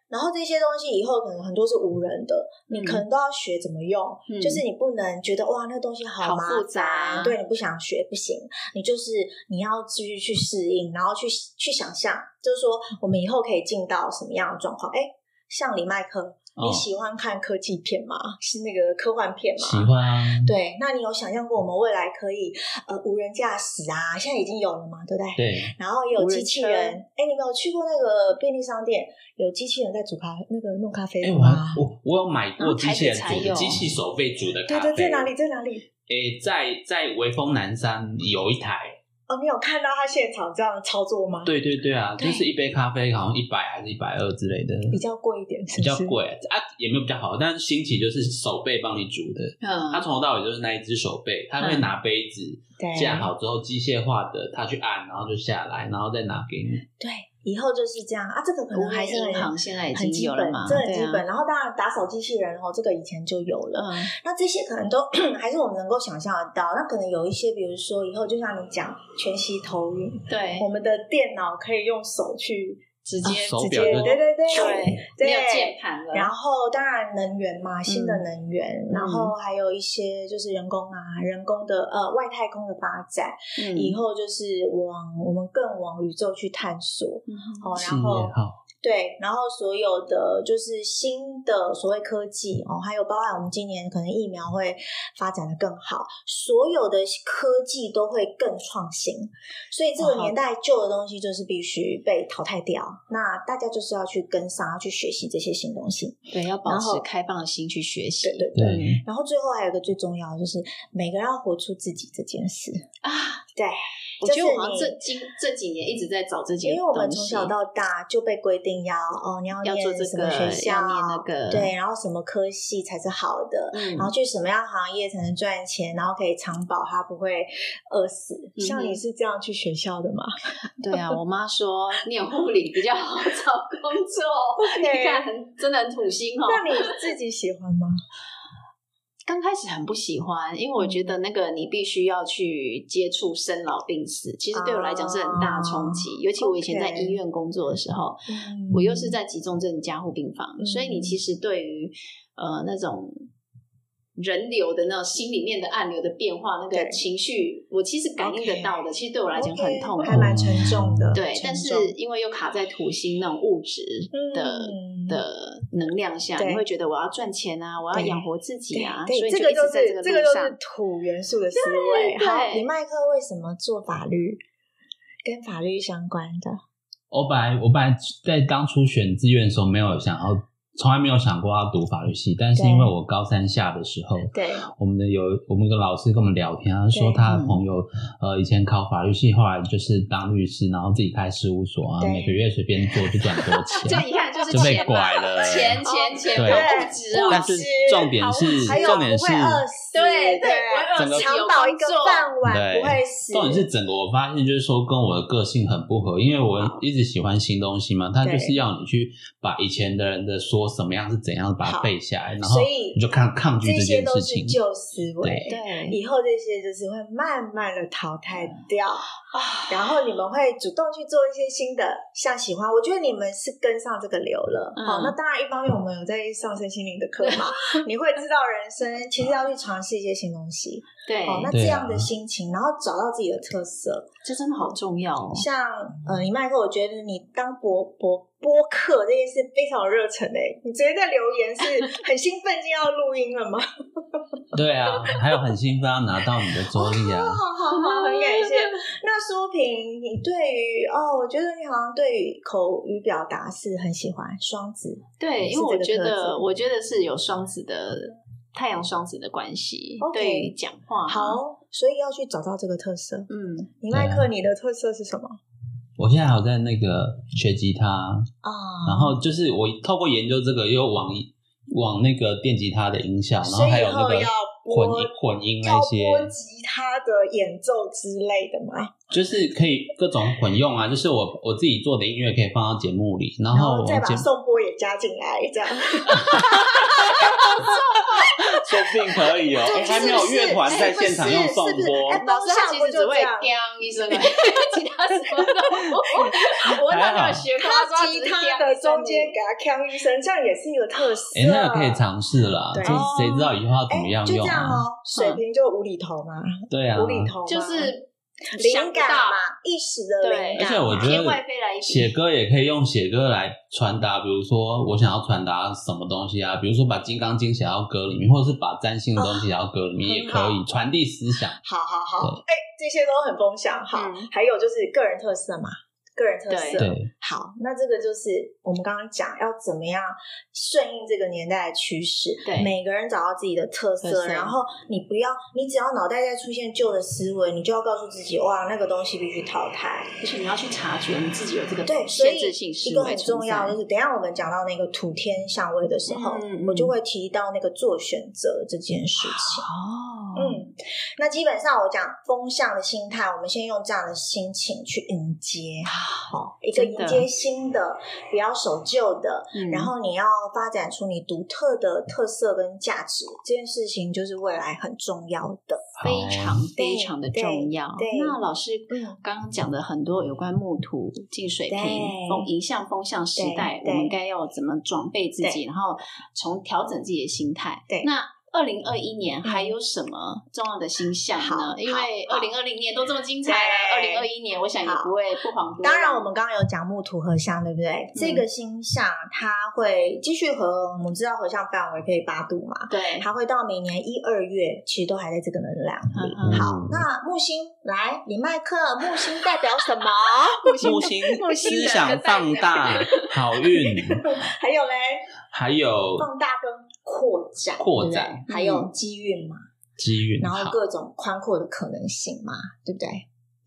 S3: 然后这些东西以后可能很多是无人的，你
S2: 嗯
S3: 可能都要学怎么用，
S2: 嗯
S3: 就是你不能觉得哇那个东西
S2: 好
S3: 麻
S2: 复杂啊
S3: 烦，对你不想学不行，你就是你要继续去适应，然后去去想象，就是说我们以后可以进到什么样的状况？哎，像李麦克，你
S1: 哦
S3: 喜欢看科技片吗？是那个科幻片吗？
S1: 喜欢啊，
S3: 对，那你有想象过我们未来可以呃无人驾驶啊？现在已经有了嘛，对不对？
S1: 对，
S3: 然后也有
S2: 无人
S3: 机器
S2: 车
S3: 人，哎，你们有去过那个便利商店有机器人在煮咖那个弄咖啡
S1: 哎，
S3: 的
S1: 我还
S3: 吗？
S1: 我我有买
S2: 然
S1: 过
S2: 后
S1: 机器人
S2: 台北
S1: 煮
S2: 才有
S1: 的机器手被煮的
S3: 对
S1: 咖啡，
S3: 对，在哪里？？在哪里？
S1: 哎，在在微风南山有一台，
S3: 哦，你有看到他现场这样的操作吗？，
S1: 对对对啊，
S3: 对
S1: 就是一杯咖啡好像一百还是一百二之类的，
S3: 比较贵一点，是
S1: 比
S3: 不
S1: 较
S3: 是
S1: 贵啊，也没有比较好，但是新奇就是手背帮你煮的，它
S2: 嗯，
S1: 从头到尾就是那一只手背，它会
S2: 嗯
S1: 拿杯子
S3: 对
S1: 架好之后，机械化的它去按，然后就下来，然后再拿给你。
S3: 对，以后就是这样啊。这个可能
S2: 国
S3: 还
S2: 外
S3: 是很
S2: 银行现在已
S3: 很
S2: 经
S3: 基
S2: 有
S3: 本
S2: 了嘛，，
S3: 这很基
S2: 对
S3: 本。
S2: 啊，
S3: 然后当然打扫机器人哦，这个以前就有了。
S2: 嗯，
S3: 那这些可能都 还是我们能够想象得到。那可能有一些，比如说以后就像你讲全息投影，
S2: 对
S3: 我，们的电脑可以用手去
S2: 直接
S1: 啊手
S2: 直接
S1: 表
S3: 对
S1: 就
S3: 对对
S2: 对
S3: 对，
S2: 没有键盘了，
S3: 然后当然能源嘛，新的能源，
S2: 嗯
S3: 然后还有一些就是人工啊，人工的呃外太空的发展，
S2: 嗯
S3: 以后就是往我们更往宇宙去探索。
S2: 嗯
S3: 哦，
S1: 企
S3: 然后
S1: 业号，
S3: 对，然后所有的就是新的所谓科技哦，还有包含我们今年可能疫苗会发展的更好，所有的科技都会更创新，所以这个
S2: 哦好
S3: 年代旧的东西就是必须被淘汰掉。那大家就是要去跟上，要去学习这些新东西。
S2: 对，要保
S3: 然后
S2: 持开放的心去学习，嗯
S3: 对对对。
S1: 对，
S3: 然后最后还有一个最重要的就是每个人要活出自己这件事。
S2: 啊，
S3: 对，
S2: 我
S3: 就
S2: 觉得我
S3: 是
S2: 好像
S3: 你
S2: 这今这几年一直在找这件
S3: 因
S2: 东西，
S3: 为我们从小到大就被规定要哦，你要
S2: 要
S3: 念
S2: 做这
S3: 什么
S2: 个，
S3: 学校，
S2: 要念那个，
S3: 对，，然后什么科系才是好的，
S2: 嗯
S3: 然后去什么样行业才能赚钱，然后可以长保它不会饿死。像你
S2: 嗯
S3: 是这样去学校的吗？
S2: 对啊，我妈说念护理比较好找工作，你看很真的很土星哦。
S3: 那你自己喜欢吗？
S2: 刚开始很不喜欢，因为我觉
S3: 嗯
S2: 得那个你必须要去接触生老病死，其实对我来讲是很大的冲击。尤其我以前在
S3: 哦 OK
S2: 医院工作的时候，我又是在急重症加护病房，
S3: 嗯
S2: 所以你其实对于呃那种人流的那种心里面的暗流的变化，那个
S3: 对
S2: 情绪，我其实感应得到的。其实对我来讲很痛苦，
S3: 还蛮沉重的。
S2: 对，
S3: 沉
S2: 但是
S3: 重
S2: 因为又卡在土星那种物质的、
S3: 嗯
S2: 的能量下，
S3: 对
S2: 你会觉得我要赚钱啊，我要
S3: 对
S2: 养活自己
S3: 对
S2: 啊，
S3: 对
S2: 所以
S3: 这
S2: 就
S3: 个
S2: 一直
S3: 就
S2: 在
S3: 是
S2: 这
S3: 这
S2: 个
S3: 个
S2: 路
S3: 就
S2: 上
S3: 是土元素的思维。
S2: 对
S3: 好，
S2: 对
S3: 李麦克为什么做法律？跟法律相关的。
S1: 我本来我本来在当初选志愿的时候，没有想要，从来没有想过要读法律系，但是
S3: 对
S1: 因为我高三下的时候，
S2: 对，
S1: 我们的有我们有个老师跟我们聊天，他说
S3: 对嗯
S1: 他的朋友、呃以前考法律系，后来就是当律师，然后自己开事务所啊，
S3: 对
S1: 每个月随便做就赚多
S2: 这
S1: 钱。
S2: 一看就是
S1: 就被
S2: 钱嘛，
S1: 拐了
S2: 钱钱钱，
S1: 对啊
S2: 物质哦
S1: 但是重点是
S3: 还有
S1: 重点
S3: 不
S1: 是
S3: 会饿死，
S2: 对
S3: 对
S2: 对，我
S1: 整
S2: 有
S1: 个
S2: 自己
S3: 尝
S2: 有
S3: 到一
S2: 工
S3: 个
S2: 作
S3: 饭碗
S1: 对
S3: 不会死。
S1: 重点是整个我发现就是说跟我的个性很不合，因为我一直喜欢新东西嘛，他
S3: 对
S1: 就是要你去把以前的人的说什么样是怎样把它
S3: 好
S1: 背下来，然后
S3: 所以
S1: 你就抗抗拒
S3: 这
S1: 这
S3: 些
S1: 件
S3: 都
S1: 事
S3: 是
S1: 情。
S3: 旧思维，
S2: 对
S3: 以后这些就是会慢慢的淘汰掉，
S1: 嗯
S3: 然后你们会主动去做一些新的，像喜欢，我觉得你们是跟上这个流了。
S2: 嗯
S3: 好，那当然一方面我们有在上身心灵的课 嘛，你会知道人生其实要去尝试一些新东西。
S2: 对，
S3: 哦，那
S1: 对
S3: 这
S1: 啊
S3: 样的心情，然后找到自己的特色。
S2: 这真的好重要哦。
S3: 像呃，你麦克，我觉得你当博博播客这件事非常有热忱诶、你直接在留言是很兴奋，就要录音 了吗？
S1: 对啊，还有很兴奋要拿到你的桌历啊
S3: 好，好好，很感谢。那舒萍，你对于哦，我觉得你好像对于口语表达是很喜欢双子
S2: 对，因
S3: 是
S2: 为我
S3: 这个
S2: 觉
S3: 特
S2: 得，
S3: 质
S2: 我觉得是有双子的太阳双子的关系
S3: OK
S2: 对于讲话啊，
S1: 嗯
S3: 好，所以要去找到这个特色。
S2: 嗯，
S3: 你
S1: 啊
S3: 麦克，你的特色是什么
S1: 我现在还有在那个学吉他，
S3: 啊？
S1: 然后就是我透过研究这个，又往往那个电吉他的音效，然
S3: 所以
S1: 后还有那
S3: 以后
S1: 个
S3: 要
S1: 混
S3: 播
S1: 音混音那
S3: 要播
S1: 些，
S3: 吉他的演奏之类的吗？
S1: 就是可以各种混用啊。就是我我自己做的音乐可以放到节目里，然
S3: 然
S1: 后
S3: 后
S1: 我
S3: 再
S1: 们
S3: 把
S1: 节目
S3: 颂钵也加进来，这样
S1: 说不定可 以哦，
S3: 对
S1: 哎还没
S3: 是不
S1: 有
S3: 是
S1: 乐团在现场用
S3: 是
S1: 颂
S3: 不是哎
S1: 钵，
S2: 老师他其实只会
S3: 这样
S2: “一 声而已，其他什么 都我哪没有学过，他说
S3: 他
S2: 只
S3: 吉
S2: 是
S3: 他
S2: “叮”一
S3: 的
S2: 声
S3: 中间
S2: 而已
S3: 给他锵一声，这样也是一个特色。
S1: 哎，那个可以尝试啦。
S3: 对
S1: 这谁知道以后要怎么
S3: 哎，
S1: 样
S3: 就这
S1: 用
S3: 样
S1: 啊？
S3: 哦，水平就哦无厘头嘛，
S1: 对啊
S3: 无，厘头嘛
S2: 就是想
S3: 灵
S2: 不
S3: 感
S2: 到
S3: 嘛，一时的
S2: 对，
S3: 灵
S1: 而
S3: 感。
S1: 且我觉得
S2: 天外飞来一
S1: 写
S2: 笔，
S1: 歌也可以用写歌来传达，比如说我想要传达什么东西啊，比如说把《金刚经》写到歌里面，或者是把占星的东西写到歌里面，
S3: 哦
S1: 也可
S3: 很
S1: 以传递思想。
S3: 好好好，哎，这些都很风向。好
S2: 嗯，
S3: 还有就是个人特色嘛。个人特
S2: 对
S3: 色
S1: 对，
S3: 好，那这个就是我们刚刚讲要怎么样顺应这个年代的趋势，
S2: 对
S3: 每个人找到自己的特色，
S2: 特色
S3: 然后你不要，你只要脑袋在出现旧的思维，你就要告诉自己，哇，那个东西必须淘汰。
S2: 而且你要去察觉你自己有这个
S3: 对，所
S2: 限
S3: 以
S2: 制性思
S3: 一个
S2: 维
S3: 很
S2: 存
S3: 重
S2: 在
S3: 要的就是，等一下我们讲到那个土天相位的时候，
S2: 嗯嗯
S3: 我
S2: 嗯
S3: 就会提到那个做选择这件事情。
S2: 哦，
S3: 嗯，那基本上我讲风向的心态，我们先用这样的心情去迎接，好，一个
S2: 啊真
S3: 迎
S2: 的
S3: 接新的，不要守旧的，
S2: 嗯
S3: 然后你要发展出你独特的特色跟价值，这件事情就是未来很重要的。
S2: 非常非
S3: 对
S2: 常的
S3: 对
S2: 重要。
S3: 对
S2: 那老师
S3: 嗯
S2: 刚刚讲的很多有关木土进水瓶
S3: 对
S2: 风影响风向时代，
S3: 对
S2: 我们
S3: 对
S2: 该要怎么装备自己，然后从调整自己的心态。
S3: 对嗯
S2: 那。二零二一年还有什么重要的星象呢
S3: 好？
S2: 因为
S3: 好
S2: 二零二零年都这么精彩了，二
S3: 对
S2: 零二一年我想也
S3: 好
S2: 不会不遑多让。
S3: 当然，我们刚刚有讲木土合相，对不对？
S2: 嗯
S3: 这个星象它会继续合，我们知道合相范围可以八度嘛，
S2: 对
S3: 它会到每年一二月，其实都还在这个能量里。
S2: 嗯嗯
S3: 好，那木星来，李麦克，木星代 表什么？
S1: 木 星
S2: 木星
S1: 思
S2: 人
S1: 想放大， 好运，
S3: 还有嘞，
S1: 还有
S3: 放大跟扩展，
S1: 扩展
S3: 对不对还有机遇嘛，
S1: 机运
S3: 然
S1: 好
S3: 后。各种宽阔的可能性嘛，对不对？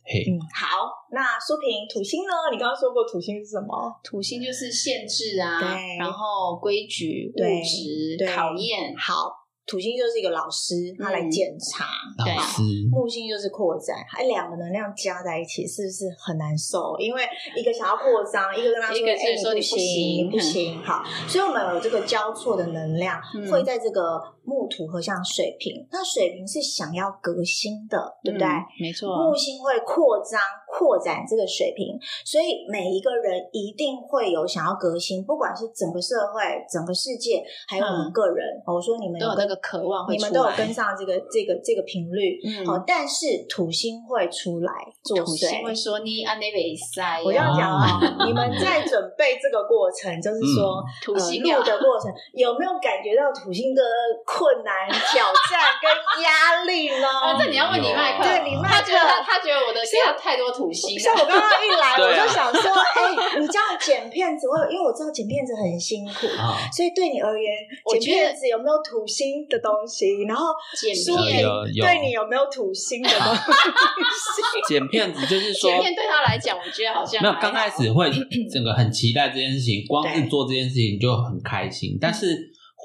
S1: 嘿，
S3: 嗯，好，那苏萍，土星呢？你刚刚说过土星是什么？
S2: 土星就是限制啊
S3: 对，
S2: 然后规矩、
S3: 对
S2: 物质
S3: 对、
S2: 考验，
S3: 好，土星就是一个老师，他
S1: 嗯
S3: 来检查。
S1: 老
S2: 对
S1: 师，
S3: 木星就是扩展，哎，两个能量加在一起是不是很难受？因为一个想要扩张，一个跟他
S2: 一
S3: 说，
S2: 个
S3: 哎、
S2: 是说
S3: 你
S2: 你
S3: 不
S2: 不
S3: 行，
S2: 行
S3: 你不行。好，所以我们有这个交错的能量，
S2: 嗯
S3: 会在这个木土合相水平。那水平是想要革新的，对不对？
S2: 嗯没错
S3: 木，星会扩张、扩展这个水平，所以每一个人一定会有想要革新，不管是整个社会、整个世界，还有我们
S2: 嗯
S3: 个人。哦我说你们
S2: 都有
S3: 跟
S2: 那个渴望会
S3: 你
S2: 出来。
S3: 们都有跟上这个这个这个频率，
S2: 嗯
S3: 好、但是土星会出来作
S2: 土星会
S3: 祟。
S2: 说你安内维塞，
S3: 我要讲啊
S1: 哦，
S3: 你们在准 备这个过程，就是说、
S2: 土星
S3: 呃
S2: 啊
S3: 录的过程，有没有感觉到土星的困难、挑战跟压力 呢？
S2: 啊，这你要问你麦克，
S3: 对你麦
S2: 他
S3: 克
S2: 觉得他他觉得我的给他太多土星
S3: 像
S2: 了，
S3: 我刚刚一 来，我
S1: 对啊
S3: 就想说，哎、你这样剪片子，我有因为我知道剪片子很辛苦，
S1: 啊，
S3: 所以对你而言，
S2: 我
S3: 剪
S2: 觉得
S3: 片子有没有土星的东西？然后
S2: 剪
S3: 书
S1: 片
S3: 评
S1: 有有
S3: 对你有没有土星的东西？
S1: 剪片子就是说
S2: 前，面对他来讲，我觉得好像
S1: 没有
S2: 还好
S1: 刚开始会整个很期待这件事情，光是
S3: 对
S1: 做这件事情就很开心，但是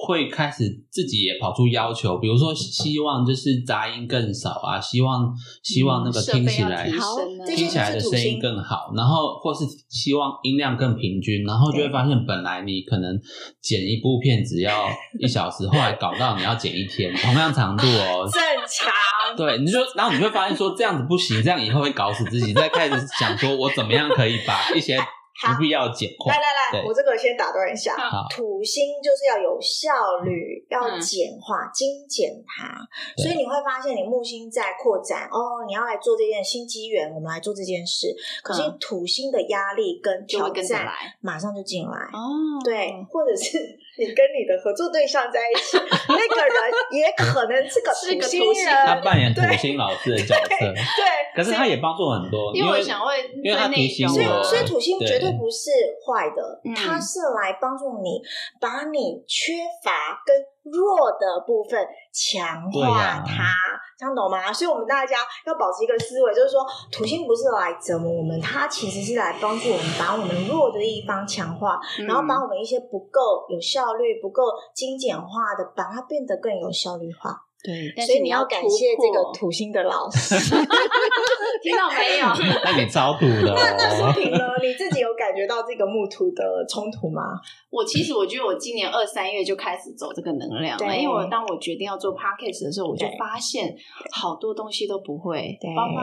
S1: 会开始自己也跑出要求，比如说希望就是杂音更少啊，希望希望那个
S2: 设
S1: 听
S2: 备
S1: 起
S2: 要
S1: 来
S2: 提
S3: 好
S2: 升呢
S3: 这
S1: 听
S3: 件。
S1: 起来的声音更好，然后或是希望音量更平均，然后就会发现本来你可能剪一部片只要一小时，后来搞到你要剪一天，同样长度哦
S3: 正 常。
S1: 对，你就然后你就会发现说这样子不行，这样以后会搞死自己。再开始想说我怎么样可以把一些不必要剪
S3: 来
S1: 坏。
S3: 来来，
S1: 对
S3: 我这个先打断一下
S1: 好。
S3: 土星就是要有效率，要
S2: 嗯
S3: 简化、精简它，
S1: 对
S3: 所以你会发现你木星在扩展哦，你要来做这件新机缘，我们来做这件事。可是
S2: 嗯
S3: 土星的压力跟
S2: 就
S3: 挑
S2: 会跟着
S3: 战
S2: 来
S3: 马上就进来，
S2: 哦
S3: 对， 或者是你跟你的合作对象在一起，那个人也可能是个
S2: 是个
S3: 土星
S2: 土星
S1: 他
S3: 人，
S1: 扮演土
S3: 对
S1: 星老师的角色，
S3: 对，
S1: 可是他也帮助我很多，
S2: 因为
S1: 为
S2: 我想问，
S1: 因为他
S2: 对
S1: 提
S2: 内
S1: 醒
S2: 容
S3: 所以
S1: 我，
S3: 所以土星
S1: 对
S3: 绝对不是坏的
S2: 嗯，
S3: 它是来帮助你把你缺乏跟弱的部分强
S1: 对
S3: 化
S1: 呀
S3: 它，这样懂吗？所以我们大家要保持一个思维，就是说土星不是来折磨我们，它其实是来帮助我们把我们弱的地方强化，
S2: 嗯
S3: 然后把我们一些不够有效率、不够精简化的，把它变得更有效率化。
S2: 对，但
S3: 所以
S2: 是
S3: 你要
S2: 要
S3: 感
S2: 突
S3: 谢这个
S2: 破，
S3: 土星的 老师。
S2: 听到没有？
S1: 那你超土的
S3: 那那
S1: 哦
S3: 苏。婷呢？你自己有感觉到这个木土的冲突吗？
S2: 我其实我觉得我今年二三月就开始走这个能量了，
S3: 对
S2: 因为我当我决定要做 podcast 的时候，我就
S3: 对
S2: 发现好多东西都不会
S3: 对，
S2: 包括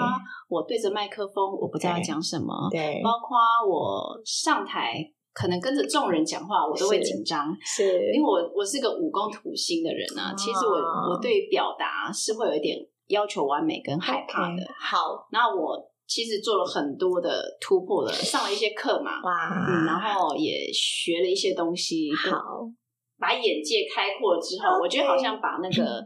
S2: 我对着麦克风，我不知道要
S3: 对
S2: 讲什么，
S3: 对
S2: 包括我上台可能跟着众人讲话，我都会
S3: 是
S2: 紧张。
S3: 是，
S2: 因为我我是个武功土星的人啊，
S3: 啊
S2: 其实我我对于表达是会有一点要求完美跟害怕的。
S3: 好
S2: 那我其实做了很多的突破的，上了一些课嘛，
S3: 哇，
S2: 嗯，然后也学了一些东西，跟
S3: 好，
S2: 把眼界开阔之后，
S3: OK
S2: 我觉得好像把那 个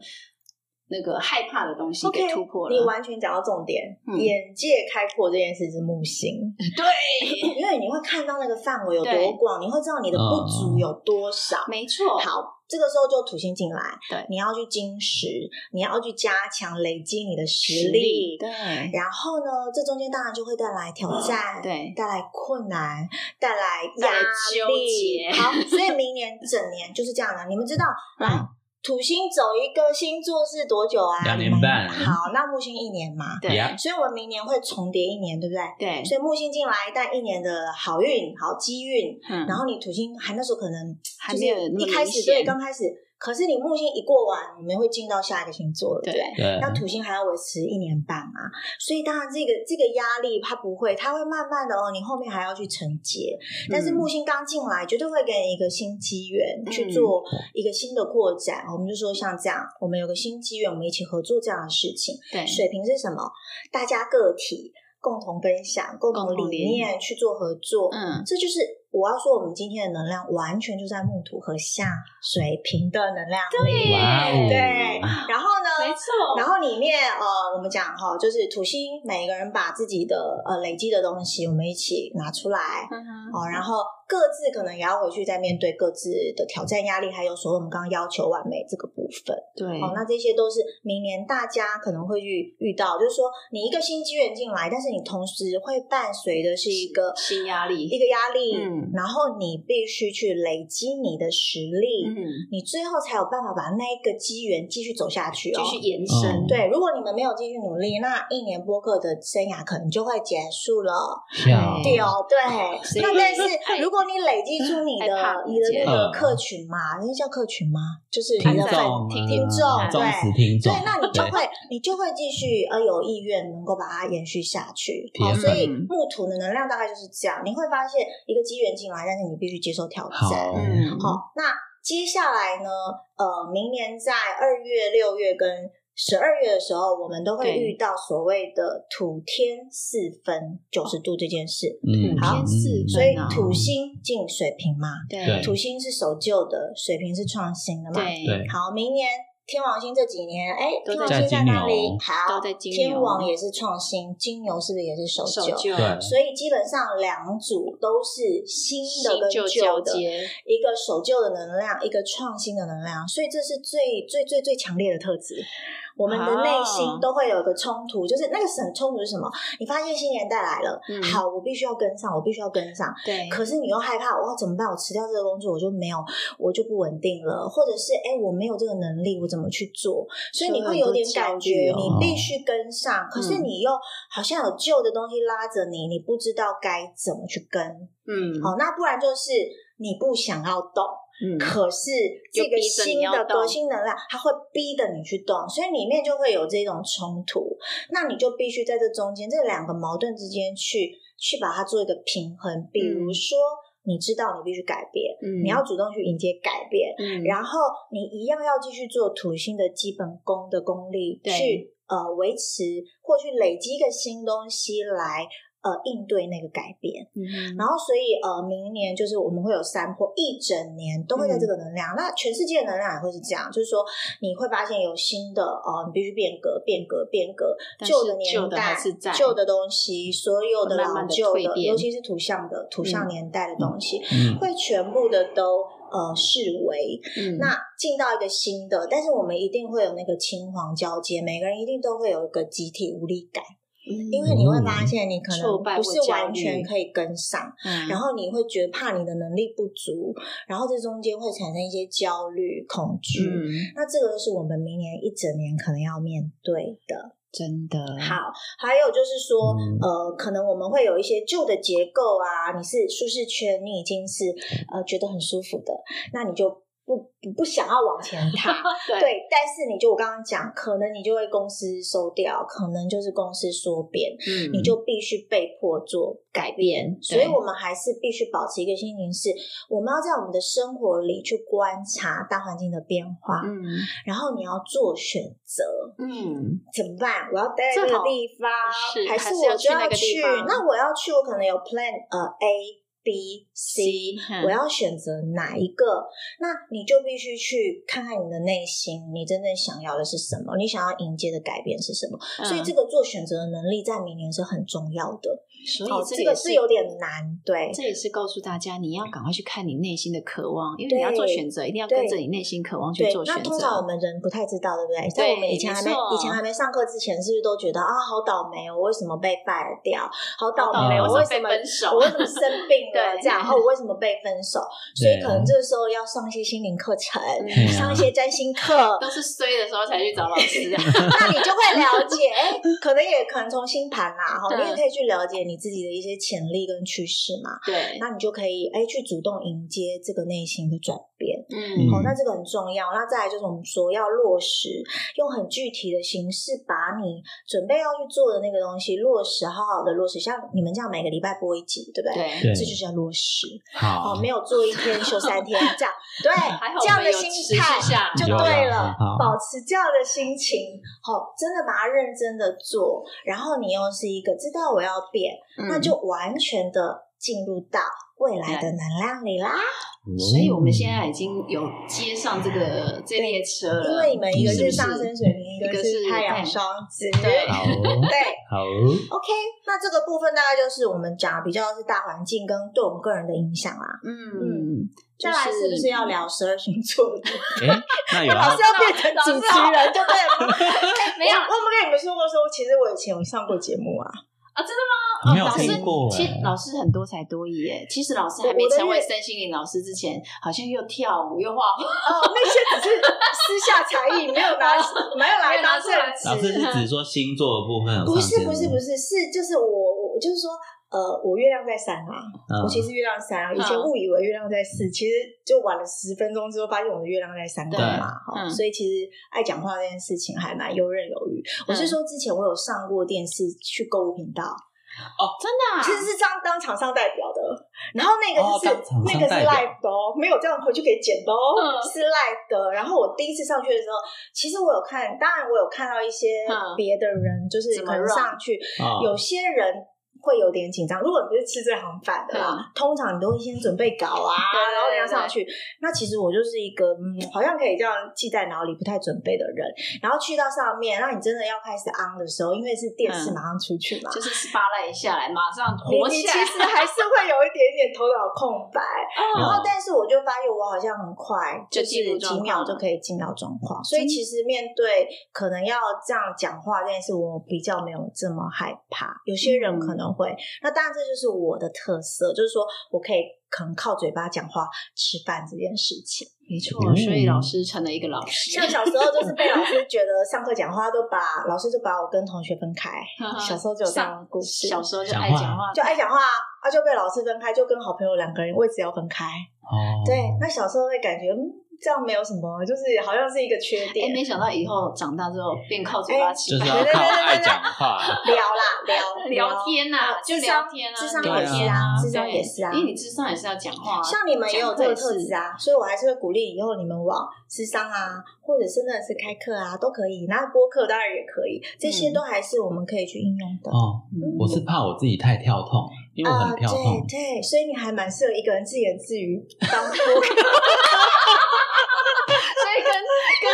S2: 那个害怕的东西给
S3: OK，
S2: 突破
S3: 你
S2: 了。
S3: 完全讲到重点，
S2: 嗯呃
S3: 眼界开阔这件事是木星，对，因为你会看到那个范围有
S2: 对
S3: 多广，你会知道你的不足有多少。
S2: 没错，
S3: 好，这个时候就土星进来，
S2: 对
S3: 你要去精实，你要去加强累积你的
S2: 实
S3: 实
S2: 力
S3: 力。
S2: 对嗯
S3: 然后呢，这中间当然就会带来挑战，
S2: 对
S3: 带来困难，带来
S2: 带来
S3: 压力。
S2: 纠结
S3: 好，所以明年整年就是这样的。你们知道，来、
S2: 嗯
S3: 土星走一个星座是多久啊？
S1: 两年
S3: 你们
S1: 半
S3: 好，那木星一年嘛，
S2: 对
S1: Yeah
S3: 所以我们明年会重叠一年，对不对？
S2: 对，
S3: 所以木星进来带一年的好运、好机运，
S2: 嗯
S3: 然后你土星还那时候可能
S2: 还
S3: 就是
S2: 没有那么
S3: 一开始
S2: 明显
S3: 对刚开始，可是你木星一过完，你们会进到下一个星座了，对
S2: 对
S3: 不对。
S1: 对，
S3: 那土星还要维持一年半啊，所以当然这个这个压力它不会，它会慢慢的哦，你后面还要去承接。但是木星刚进来，绝对会给你一个新机缘、
S2: 嗯
S3: 去做一个新的扩展。我们就说像这样，我们有个新机缘，我们一起合作这样的事情。
S2: 对
S3: 水平是什么？大家个体共同分享、共同
S2: 共同
S3: 理
S2: 理
S3: 念去做合作。
S2: 嗯
S3: 这就是我要说，我们今天的能量完全就在木土和下水平的能量里。
S1: 哇哦，
S3: 对，然后呢？
S2: 没错，
S3: 然后里面呃，我们讲哈、就是土星，每一个人把自己的呃累积的东西，我们一起拿出来。
S2: 嗯哼
S3: 哦，然后各自可能也要回去再面对各自的挑战、压力，还有所谓我们刚刚要求完美这个部分。
S2: 对，
S3: 哦，那这些都是明年大家可能会去遇到，就是说你一个新机缘进来，但是你同时会伴随的是一个
S2: 新压力
S3: 一个压力，
S2: 嗯
S3: 然后你必须去累积你的实力，
S2: 嗯，
S3: 你最后才有办法把那一个机缘继续走下去哦
S2: 继。续延伸
S1: 嗯，
S3: 对，如果你们没有继续努力，那一年播客的生涯可能就会结束了。
S1: 笑
S3: 对哦，对
S2: 嗯所。以
S3: 那但
S2: 哎
S3: 是如果你累积出你的
S2: 害怕理
S3: 你的
S2: 解
S3: 那个
S1: 嗯
S3: 客群嘛，那叫客群吗？就是你
S1: 听
S3: 的
S1: 众
S3: 粉
S1: 啊，
S2: 听
S3: 听众
S1: 忠实
S3: 对
S1: 听众
S3: 对，，那你就
S1: 对
S3: 会你就会继续呃有意愿能够把它延续下去。
S1: 铁
S3: 好，
S1: 粉
S3: 所以木土的能量大概就是这样，你会发现一个机缘进来，但是你必须接受挑战。
S1: 好
S2: 嗯，
S3: 好，那接下来呢？呃，明年在二月、六月跟十二月的时候，我们都会
S2: 对
S3: 遇到所谓的土天四分九十度这件事。
S1: 嗯，
S3: 好
S1: 嗯
S2: 四
S1: 嗯
S3: 所以
S2: 分啊
S3: 土星进水瓶嘛，
S2: 对
S1: 对
S3: 土星是守旧的，水瓶是创新的嘛。
S2: 对
S1: 对
S3: 好，明年天王星这几年，哎，
S2: 都
S3: 天
S2: 在
S3: 王星
S1: 金
S3: 在哪
S1: 牛
S3: 里？好
S2: 都，在金
S3: 天
S2: 牛
S3: 王也是创新，金牛是不是也是守
S4: 守
S3: 旧？
S4: 旧
S1: 对，
S3: 所以基本上两组都是新的
S2: 新
S3: 跟
S2: 旧
S3: 旧
S2: 交
S3: 的，
S2: 接，
S3: 一个守旧的能量，一个创新的能量，所以这是最最最最强烈的特质。我们的内
S4: 啊
S3: 心都会有一个冲突，就是那个很冲突是什么？你发现新年代来了，
S2: 嗯
S3: 好，我必须要跟上，我必须要跟上。
S2: 对，
S3: 可是你又害怕，我怎么办？我辞掉这个工作，我就没有，我就不稳定了，或者是哎、诶我没有这个能力，我怎么去做？所以你会有点感
S4: 所以很
S1: 多
S3: 觉，你
S1: 焦虑哦
S3: 必须跟上，可是
S2: 嗯
S3: 你又好像有旧的东西拉着你，你不知道该怎么去跟。
S2: 嗯
S3: 好，那不然就是你不想要动，
S2: 嗯
S3: 可是这
S2: 又
S3: 个
S2: 逼着你
S3: 新
S2: 要
S3: 的
S2: 动
S3: 革新能量，它会逼着你去动，所以里面就会有这种冲突。那你就必须在这中间这两个矛盾之间去去把它做一个平衡。比如说，你知道你必须改变，
S2: 嗯
S3: 你要主动去迎接改变，
S2: 嗯
S3: 然后你一样要继续做土星的基本功的功力，
S2: 对
S3: 去呃维持或去累积一个新东西来呃应对那个改变。
S2: 嗯
S3: 然后，所以呃，明年就是我们会有三波，一整年都会在这个能
S2: 嗯
S3: 量。那全世界的能量也会是这样，就是说你会发现有新的呃，你必须变革、变革、变革，
S2: 但是
S3: 旧的
S2: 旧
S3: 年
S2: 的还
S3: 代、
S2: 是在
S3: 旧的东西，所有的
S2: 慢慢
S3: 老
S2: 地
S3: 旧
S2: 蜕变
S3: 尤其是土象的土象
S2: 嗯
S3: 年代的东西，
S1: 嗯，
S3: 会全部的都呃视为
S2: 嗯
S3: 那进到一个新的，但是我们一定会有那个青黄交接，每个人一定都会有一个集体无力感，
S2: 嗯
S3: 因为你会发现你可
S2: 挫
S3: 能
S2: 败
S3: 不
S2: 或
S3: 是
S2: 焦
S3: 完全
S2: 虑
S3: 可以跟上，然
S2: 后
S3: 后你会觉得怕你的能力不足，然后这中间会产生一些焦虑、恐惧。
S2: 嗯
S3: 那这个都是我们明年一整年可能要面对的。
S4: 真的
S3: 好，还有就是说，
S1: 嗯
S3: 呃，可能我们会有一些旧的结构啊，你是舒适圈，你已经是呃觉得很舒服的，那你就不不不想要往前踏，
S2: 对
S3: 对，但是你就我刚刚讲，可能你就会公司收掉，可能就是公司缩编，
S2: 嗯
S3: 你就必须被迫做改变。所以我们还是必须保持一个心情是，我们要在我们的生活里去观察大环境的变化，
S2: 嗯
S3: 然后你要做选择，
S2: 嗯
S3: 怎么办？我要待在这
S2: 这
S3: 个
S2: 好
S3: 地方，
S2: 是
S3: 还
S2: 还是
S3: 我
S2: 要
S3: 就
S2: 去那
S3: 要
S2: 个地
S3: 去？
S2: 方
S3: 那我要去，我可能有 plan 呃 A、B、C。我
S2: 嗯
S3: 要选择哪一个？那你就必须去看看你的内心，你真正想要的是什么，你想要迎接的改变是什么。所以这
S2: 个
S3: 个做选择的能力在明年是很重要的。
S4: 所以
S3: 哦这
S4: 也
S3: 个是有点难，对
S4: 这也是告诉大家，你要赶快去看你内心的渴望，因为你
S3: 对
S4: 要做选择，一定要跟着
S3: 对
S4: 你内心渴望去
S3: 对
S4: 做。选
S3: 那
S4: 择。
S3: 通常我们人不太知道，对不对？在我们以前还
S2: 没
S3: 没
S2: 错
S3: 以前还没上课之前，是不是都觉得啊，好倒霉哦，我为什么被 fire 掉？好倒
S2: 倒
S1: 嗯
S2: 霉，
S3: 霉，我
S2: 我
S3: 为
S2: 是
S3: 什
S2: 被
S3: 么？
S2: 分手
S3: 我，为什么生病了？
S2: 对
S3: 这样，哦，我为什么被分手？所以可能这个时候要上一些心灵课程，
S1: 嗯
S3: 上一些占 星课，
S2: 都是衰的时候才去找老师啊。
S3: 那你就会了解，哎，可能也可能从星盘啦，哈，
S2: 对
S3: 你也可以去了解你自己的一些潜力跟趋势嘛。
S2: 对，
S3: 那你就可以哎去主动迎接这个内心的转变。
S2: 嗯
S3: 哦好、那这个很重要。那再来就是我们说要落实，用很具体的形式把你准备要去做的那个东西落实，好好的落实。像你们这样每个礼拜播一集，对不对？
S2: 对，
S1: 对
S3: 这，就是要落实。
S1: 好
S3: 哦，，没有做一天休三天，这样对
S2: 还好，我
S3: 这样
S2: 们
S3: 的
S2: 有持续
S3: 心态
S2: 下来
S3: 就
S1: 有
S3: 对
S1: 啦
S3: 了
S1: 很好，
S3: 保持这样的心情，好、真的把它认真的做，然后你又是一个知道我要变，
S4: 嗯
S2: 嗯
S3: 那就完全的进入到未来的能量里啦。
S1: 嗯
S4: 所以我们现在已经有接上这个这列车了，嗯
S3: 因为你们一个
S1: 嗯是不
S3: 嗯是
S1: 是
S3: 上升水瓶，
S4: 一
S3: 一
S4: 个
S3: 个
S4: 是
S3: 是太
S4: 太
S3: 阳双子，
S4: 对
S1: 好哦
S3: 对
S1: 好，
S3: OK，那这个部分大概就是我们讲比较是大环境跟对我们个人的影响啦。
S4: 嗯，
S3: 再来是不是要聊十二星座 的部分
S1: 哎，那有
S3: 老
S1: 要
S3: 师要变成主持人就对了。哎
S2: 没有
S3: 我有没有跟你们说过说，其实我以前有上过节目啊，
S2: 啊，真的
S1: 你没有
S4: 老师
S1: 听过
S4: 其实
S1: 哎，
S4: 老师很多才多艺耶。其实老师还没
S3: 我的
S4: 成为
S3: 乐
S4: 身心灵老师之前，好像又跳舞又画画，
S3: 哦，那些只是私下才艺，没有拿 没有拿来当正
S1: 老师
S3: 职。
S1: 是指说星座的部分有
S3: 不
S1: 上
S3: 是
S1: 节
S3: 不是
S1: 目
S3: 不，是，是就是我我我就是说，呃，我月亮在三啊，
S1: 嗯
S3: 我其实月亮三啊，以前
S2: 嗯
S3: 误以为月亮在四，其实就晚了十分钟之后，发现我的月亮在三宫嘛，
S4: 嗯
S3: 哈，所以其实爱讲话这件事情还蛮游刃有余。我
S2: 嗯
S3: 是说之前我有上过电视去购物频道，其实
S2: 真的啊，
S3: 是当当场上代表的，然后那个就是、
S1: 哦当场上
S3: 那个是
S1: 代表
S3: live 的哦，没有这样回去给剪的哦，
S2: 嗯
S3: 是 live 的。然后我第一次上去的时候，其实我有看，当然我有看到一些
S2: 嗯
S3: 别的人，就是
S2: 怎么
S3: 可能
S2: run
S3: 上去，
S1: 哦
S3: 有些人会有点紧张。如果你不是吃这行饭的啦，通常你都会先准备稿啊，
S2: 嗯对对
S3: 然后你要上去。那其实我就是一个嗯，好像可以这样记在脑里，不太准备的人。然后去到上面，然后你真的要开始 on 的时候，因为是电视
S2: 嗯
S3: 马上出去嘛，
S2: 就是 s p a 一下来，马上
S3: 你
S2: 活
S3: 你
S2: 起
S3: 其
S2: 来。
S3: 实哦还是会有一点点头脑空白。然后，但是我就发现我好像很快，
S2: 哦就是进入状
S3: 几
S2: 况嗯
S3: 秒就可以进到状况，所以
S2: 真
S3: 其实面对可能要这样讲话这件事，我比较没有这么害怕。有些人
S2: 嗯
S3: 可能会，那当然这就是我的特色，就是说我可以可能靠嘴巴讲话吃饭这件事情。
S2: 没错，所以老师成了一个老师，
S3: 像小时候就是被老师觉得上课讲话都把老师就把我跟同学分开， 小时候就有这样的故
S2: 嗯
S3: 事，
S2: 小时候就爱讲话，
S3: 就爱讲话啊啊，就被老师分开，就跟好朋友两个人位置要分开。
S1: 哦，
S3: 对，那小时候会感觉嗯，这样没有什么，就是好像是一个缺
S2: 哎，
S3: 点。
S2: 没想到以后长大之后变靠嘴巴
S1: 就
S2: 吃
S1: 是
S2: 饭，
S1: 要靠爱讲话，啊
S3: 聊啦聊
S2: 聊天呐，就聊天啊，
S3: 哦智商
S1: 对
S3: 也是啊，智商也是啊
S2: 因。为你智商也是要讲话啊，
S3: 像你们也有这个特质
S2: 讲话
S3: 啊，所以我还是会鼓励以后你们往智商啊，或者是真的是开课啊，都可以。那播客当然也可以，这些都还是我们可以去应用的。
S1: 哦，
S2: 也是，
S1: 我是怕我自己太跳痛，因为我
S3: 嗯啊，
S1: 很跳痛
S3: 对。对，所以你还蛮适合一个人自言自 语当播客。
S2: 所以跟跟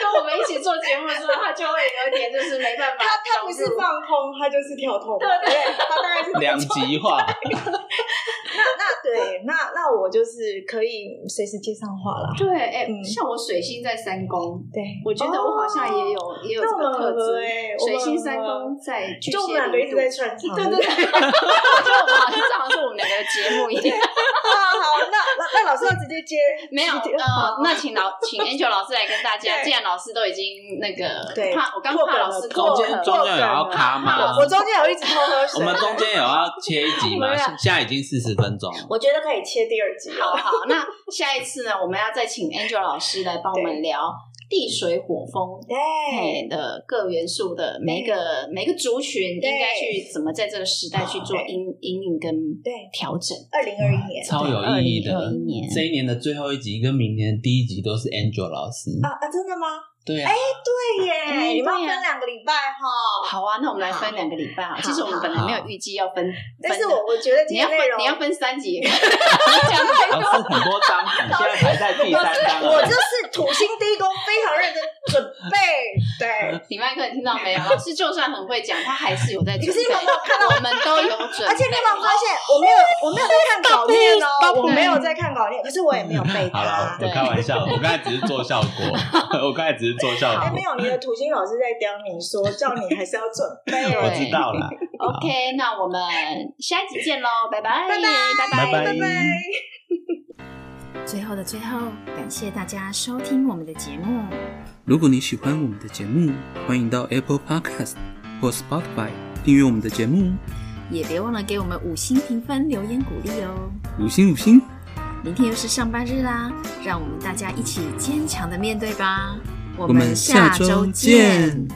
S2: 跟我们一起做节目的时候，他就会有点就是没办法，
S3: 他他不是放空，他就是跳痛。对对，他当然是
S1: 两极化，
S3: 那对，那那我就是可以随时接上话啦。
S2: 对，哎
S3: 嗯，
S2: 像我水星在三宫，
S3: 对，
S2: 我觉得我好像也有也有这
S3: 哦那
S2: 个
S3: 我
S2: 特
S3: 们
S2: 质，
S3: 哎，我
S2: 水
S3: 们
S2: 星三宫在巨
S3: 就我们
S2: 蟹
S3: 两个一
S2: 零度。
S3: 直在串场。
S2: 对对对， 就我们好像这好像是我们两个的节目一样。
S3: 啊，好，那那那老师要直接 接
S2: 没有，
S3: 直接哦
S2: 呃，那请老请 Angel 老师来跟大家，
S3: 对
S2: 既然老师都已经那个，
S3: 对
S2: 怕我刚
S3: 破
S2: 怕
S3: 梗
S2: 老
S3: 了
S2: 师
S3: 破
S1: 中
S2: 口
S1: 间
S2: 渴
S3: 梗了
S1: 中间有要卡吗？
S3: 我中间有一直偷喝水。
S1: 我们中间有要切一 集吗？
S3: 没有
S1: 现在已经四十分钟了，
S3: 我觉得可以切第二集
S2: 好
S3: 了。
S2: 好，那下一次呢，我们要再请 Angel 老师来帮我们聊地水火风。
S3: 对，
S2: 嘿的各元素的每一个每一个族群应
S3: 对
S2: 该去怎么在这个时代去做
S3: 对
S2: 阴阴影跟
S3: 对
S2: 调整，
S3: 二零二一年
S1: 超有意义的
S2: 2021年。
S1: 这一年的最后一集跟明年的第一集都是 Angel 老师。
S3: 啊啊，真的吗？
S1: 对啊，
S3: 嗯对
S2: 哎
S3: 耶，你们
S2: 对
S3: 要
S2: 呀
S3: 分两个礼拜哈。
S2: 好啊，那我们来分两个礼拜啊。其实我们本来没有预计要分，
S3: 但是
S2: 分的
S3: 我我觉得
S2: 你
S3: 今天
S2: 要
S3: 内
S2: 分
S3: 容
S2: 你，要分三 集也 可以，
S1: 老师很多章，你现在排在第三章
S3: 我
S1: 了
S3: 就。是土星第一宫非常认真准备。 对，
S2: 你麦克，你听到没有？老师就算很会讲，他还是有在准备。
S3: 可是你们有没有看到
S2: 我们都有准备，
S3: 而且你有没有发现，我没有，我没有在看稿念哦，我没有在看稿念，可是我也没有背
S1: 好了，
S3: 它。
S1: 我开玩笑，我刚才只是做效果， 我刚才只是做效
S3: 哎，
S1: 果
S3: 没，有，你的土星老师在刁你说，叫你还是要准备。
S1: 我知道啦。
S2: OK，那我们下一集见喽，拜拜，
S3: 拜
S2: 拜
S1: 拜 拜
S3: 拜拜。
S5: 最后的最后，感谢大家收听我们的节目。
S6: 如果你喜欢我们的节目，欢迎到 Apple Podcast 或 Spotify 订阅我们的节目，
S5: 也别忘了给我们五星评分、留言鼓励哦。
S6: 五星五星。
S5: 明天又是上班日啦，让我们大家一起坚强的面对吧。我
S6: 我们下周见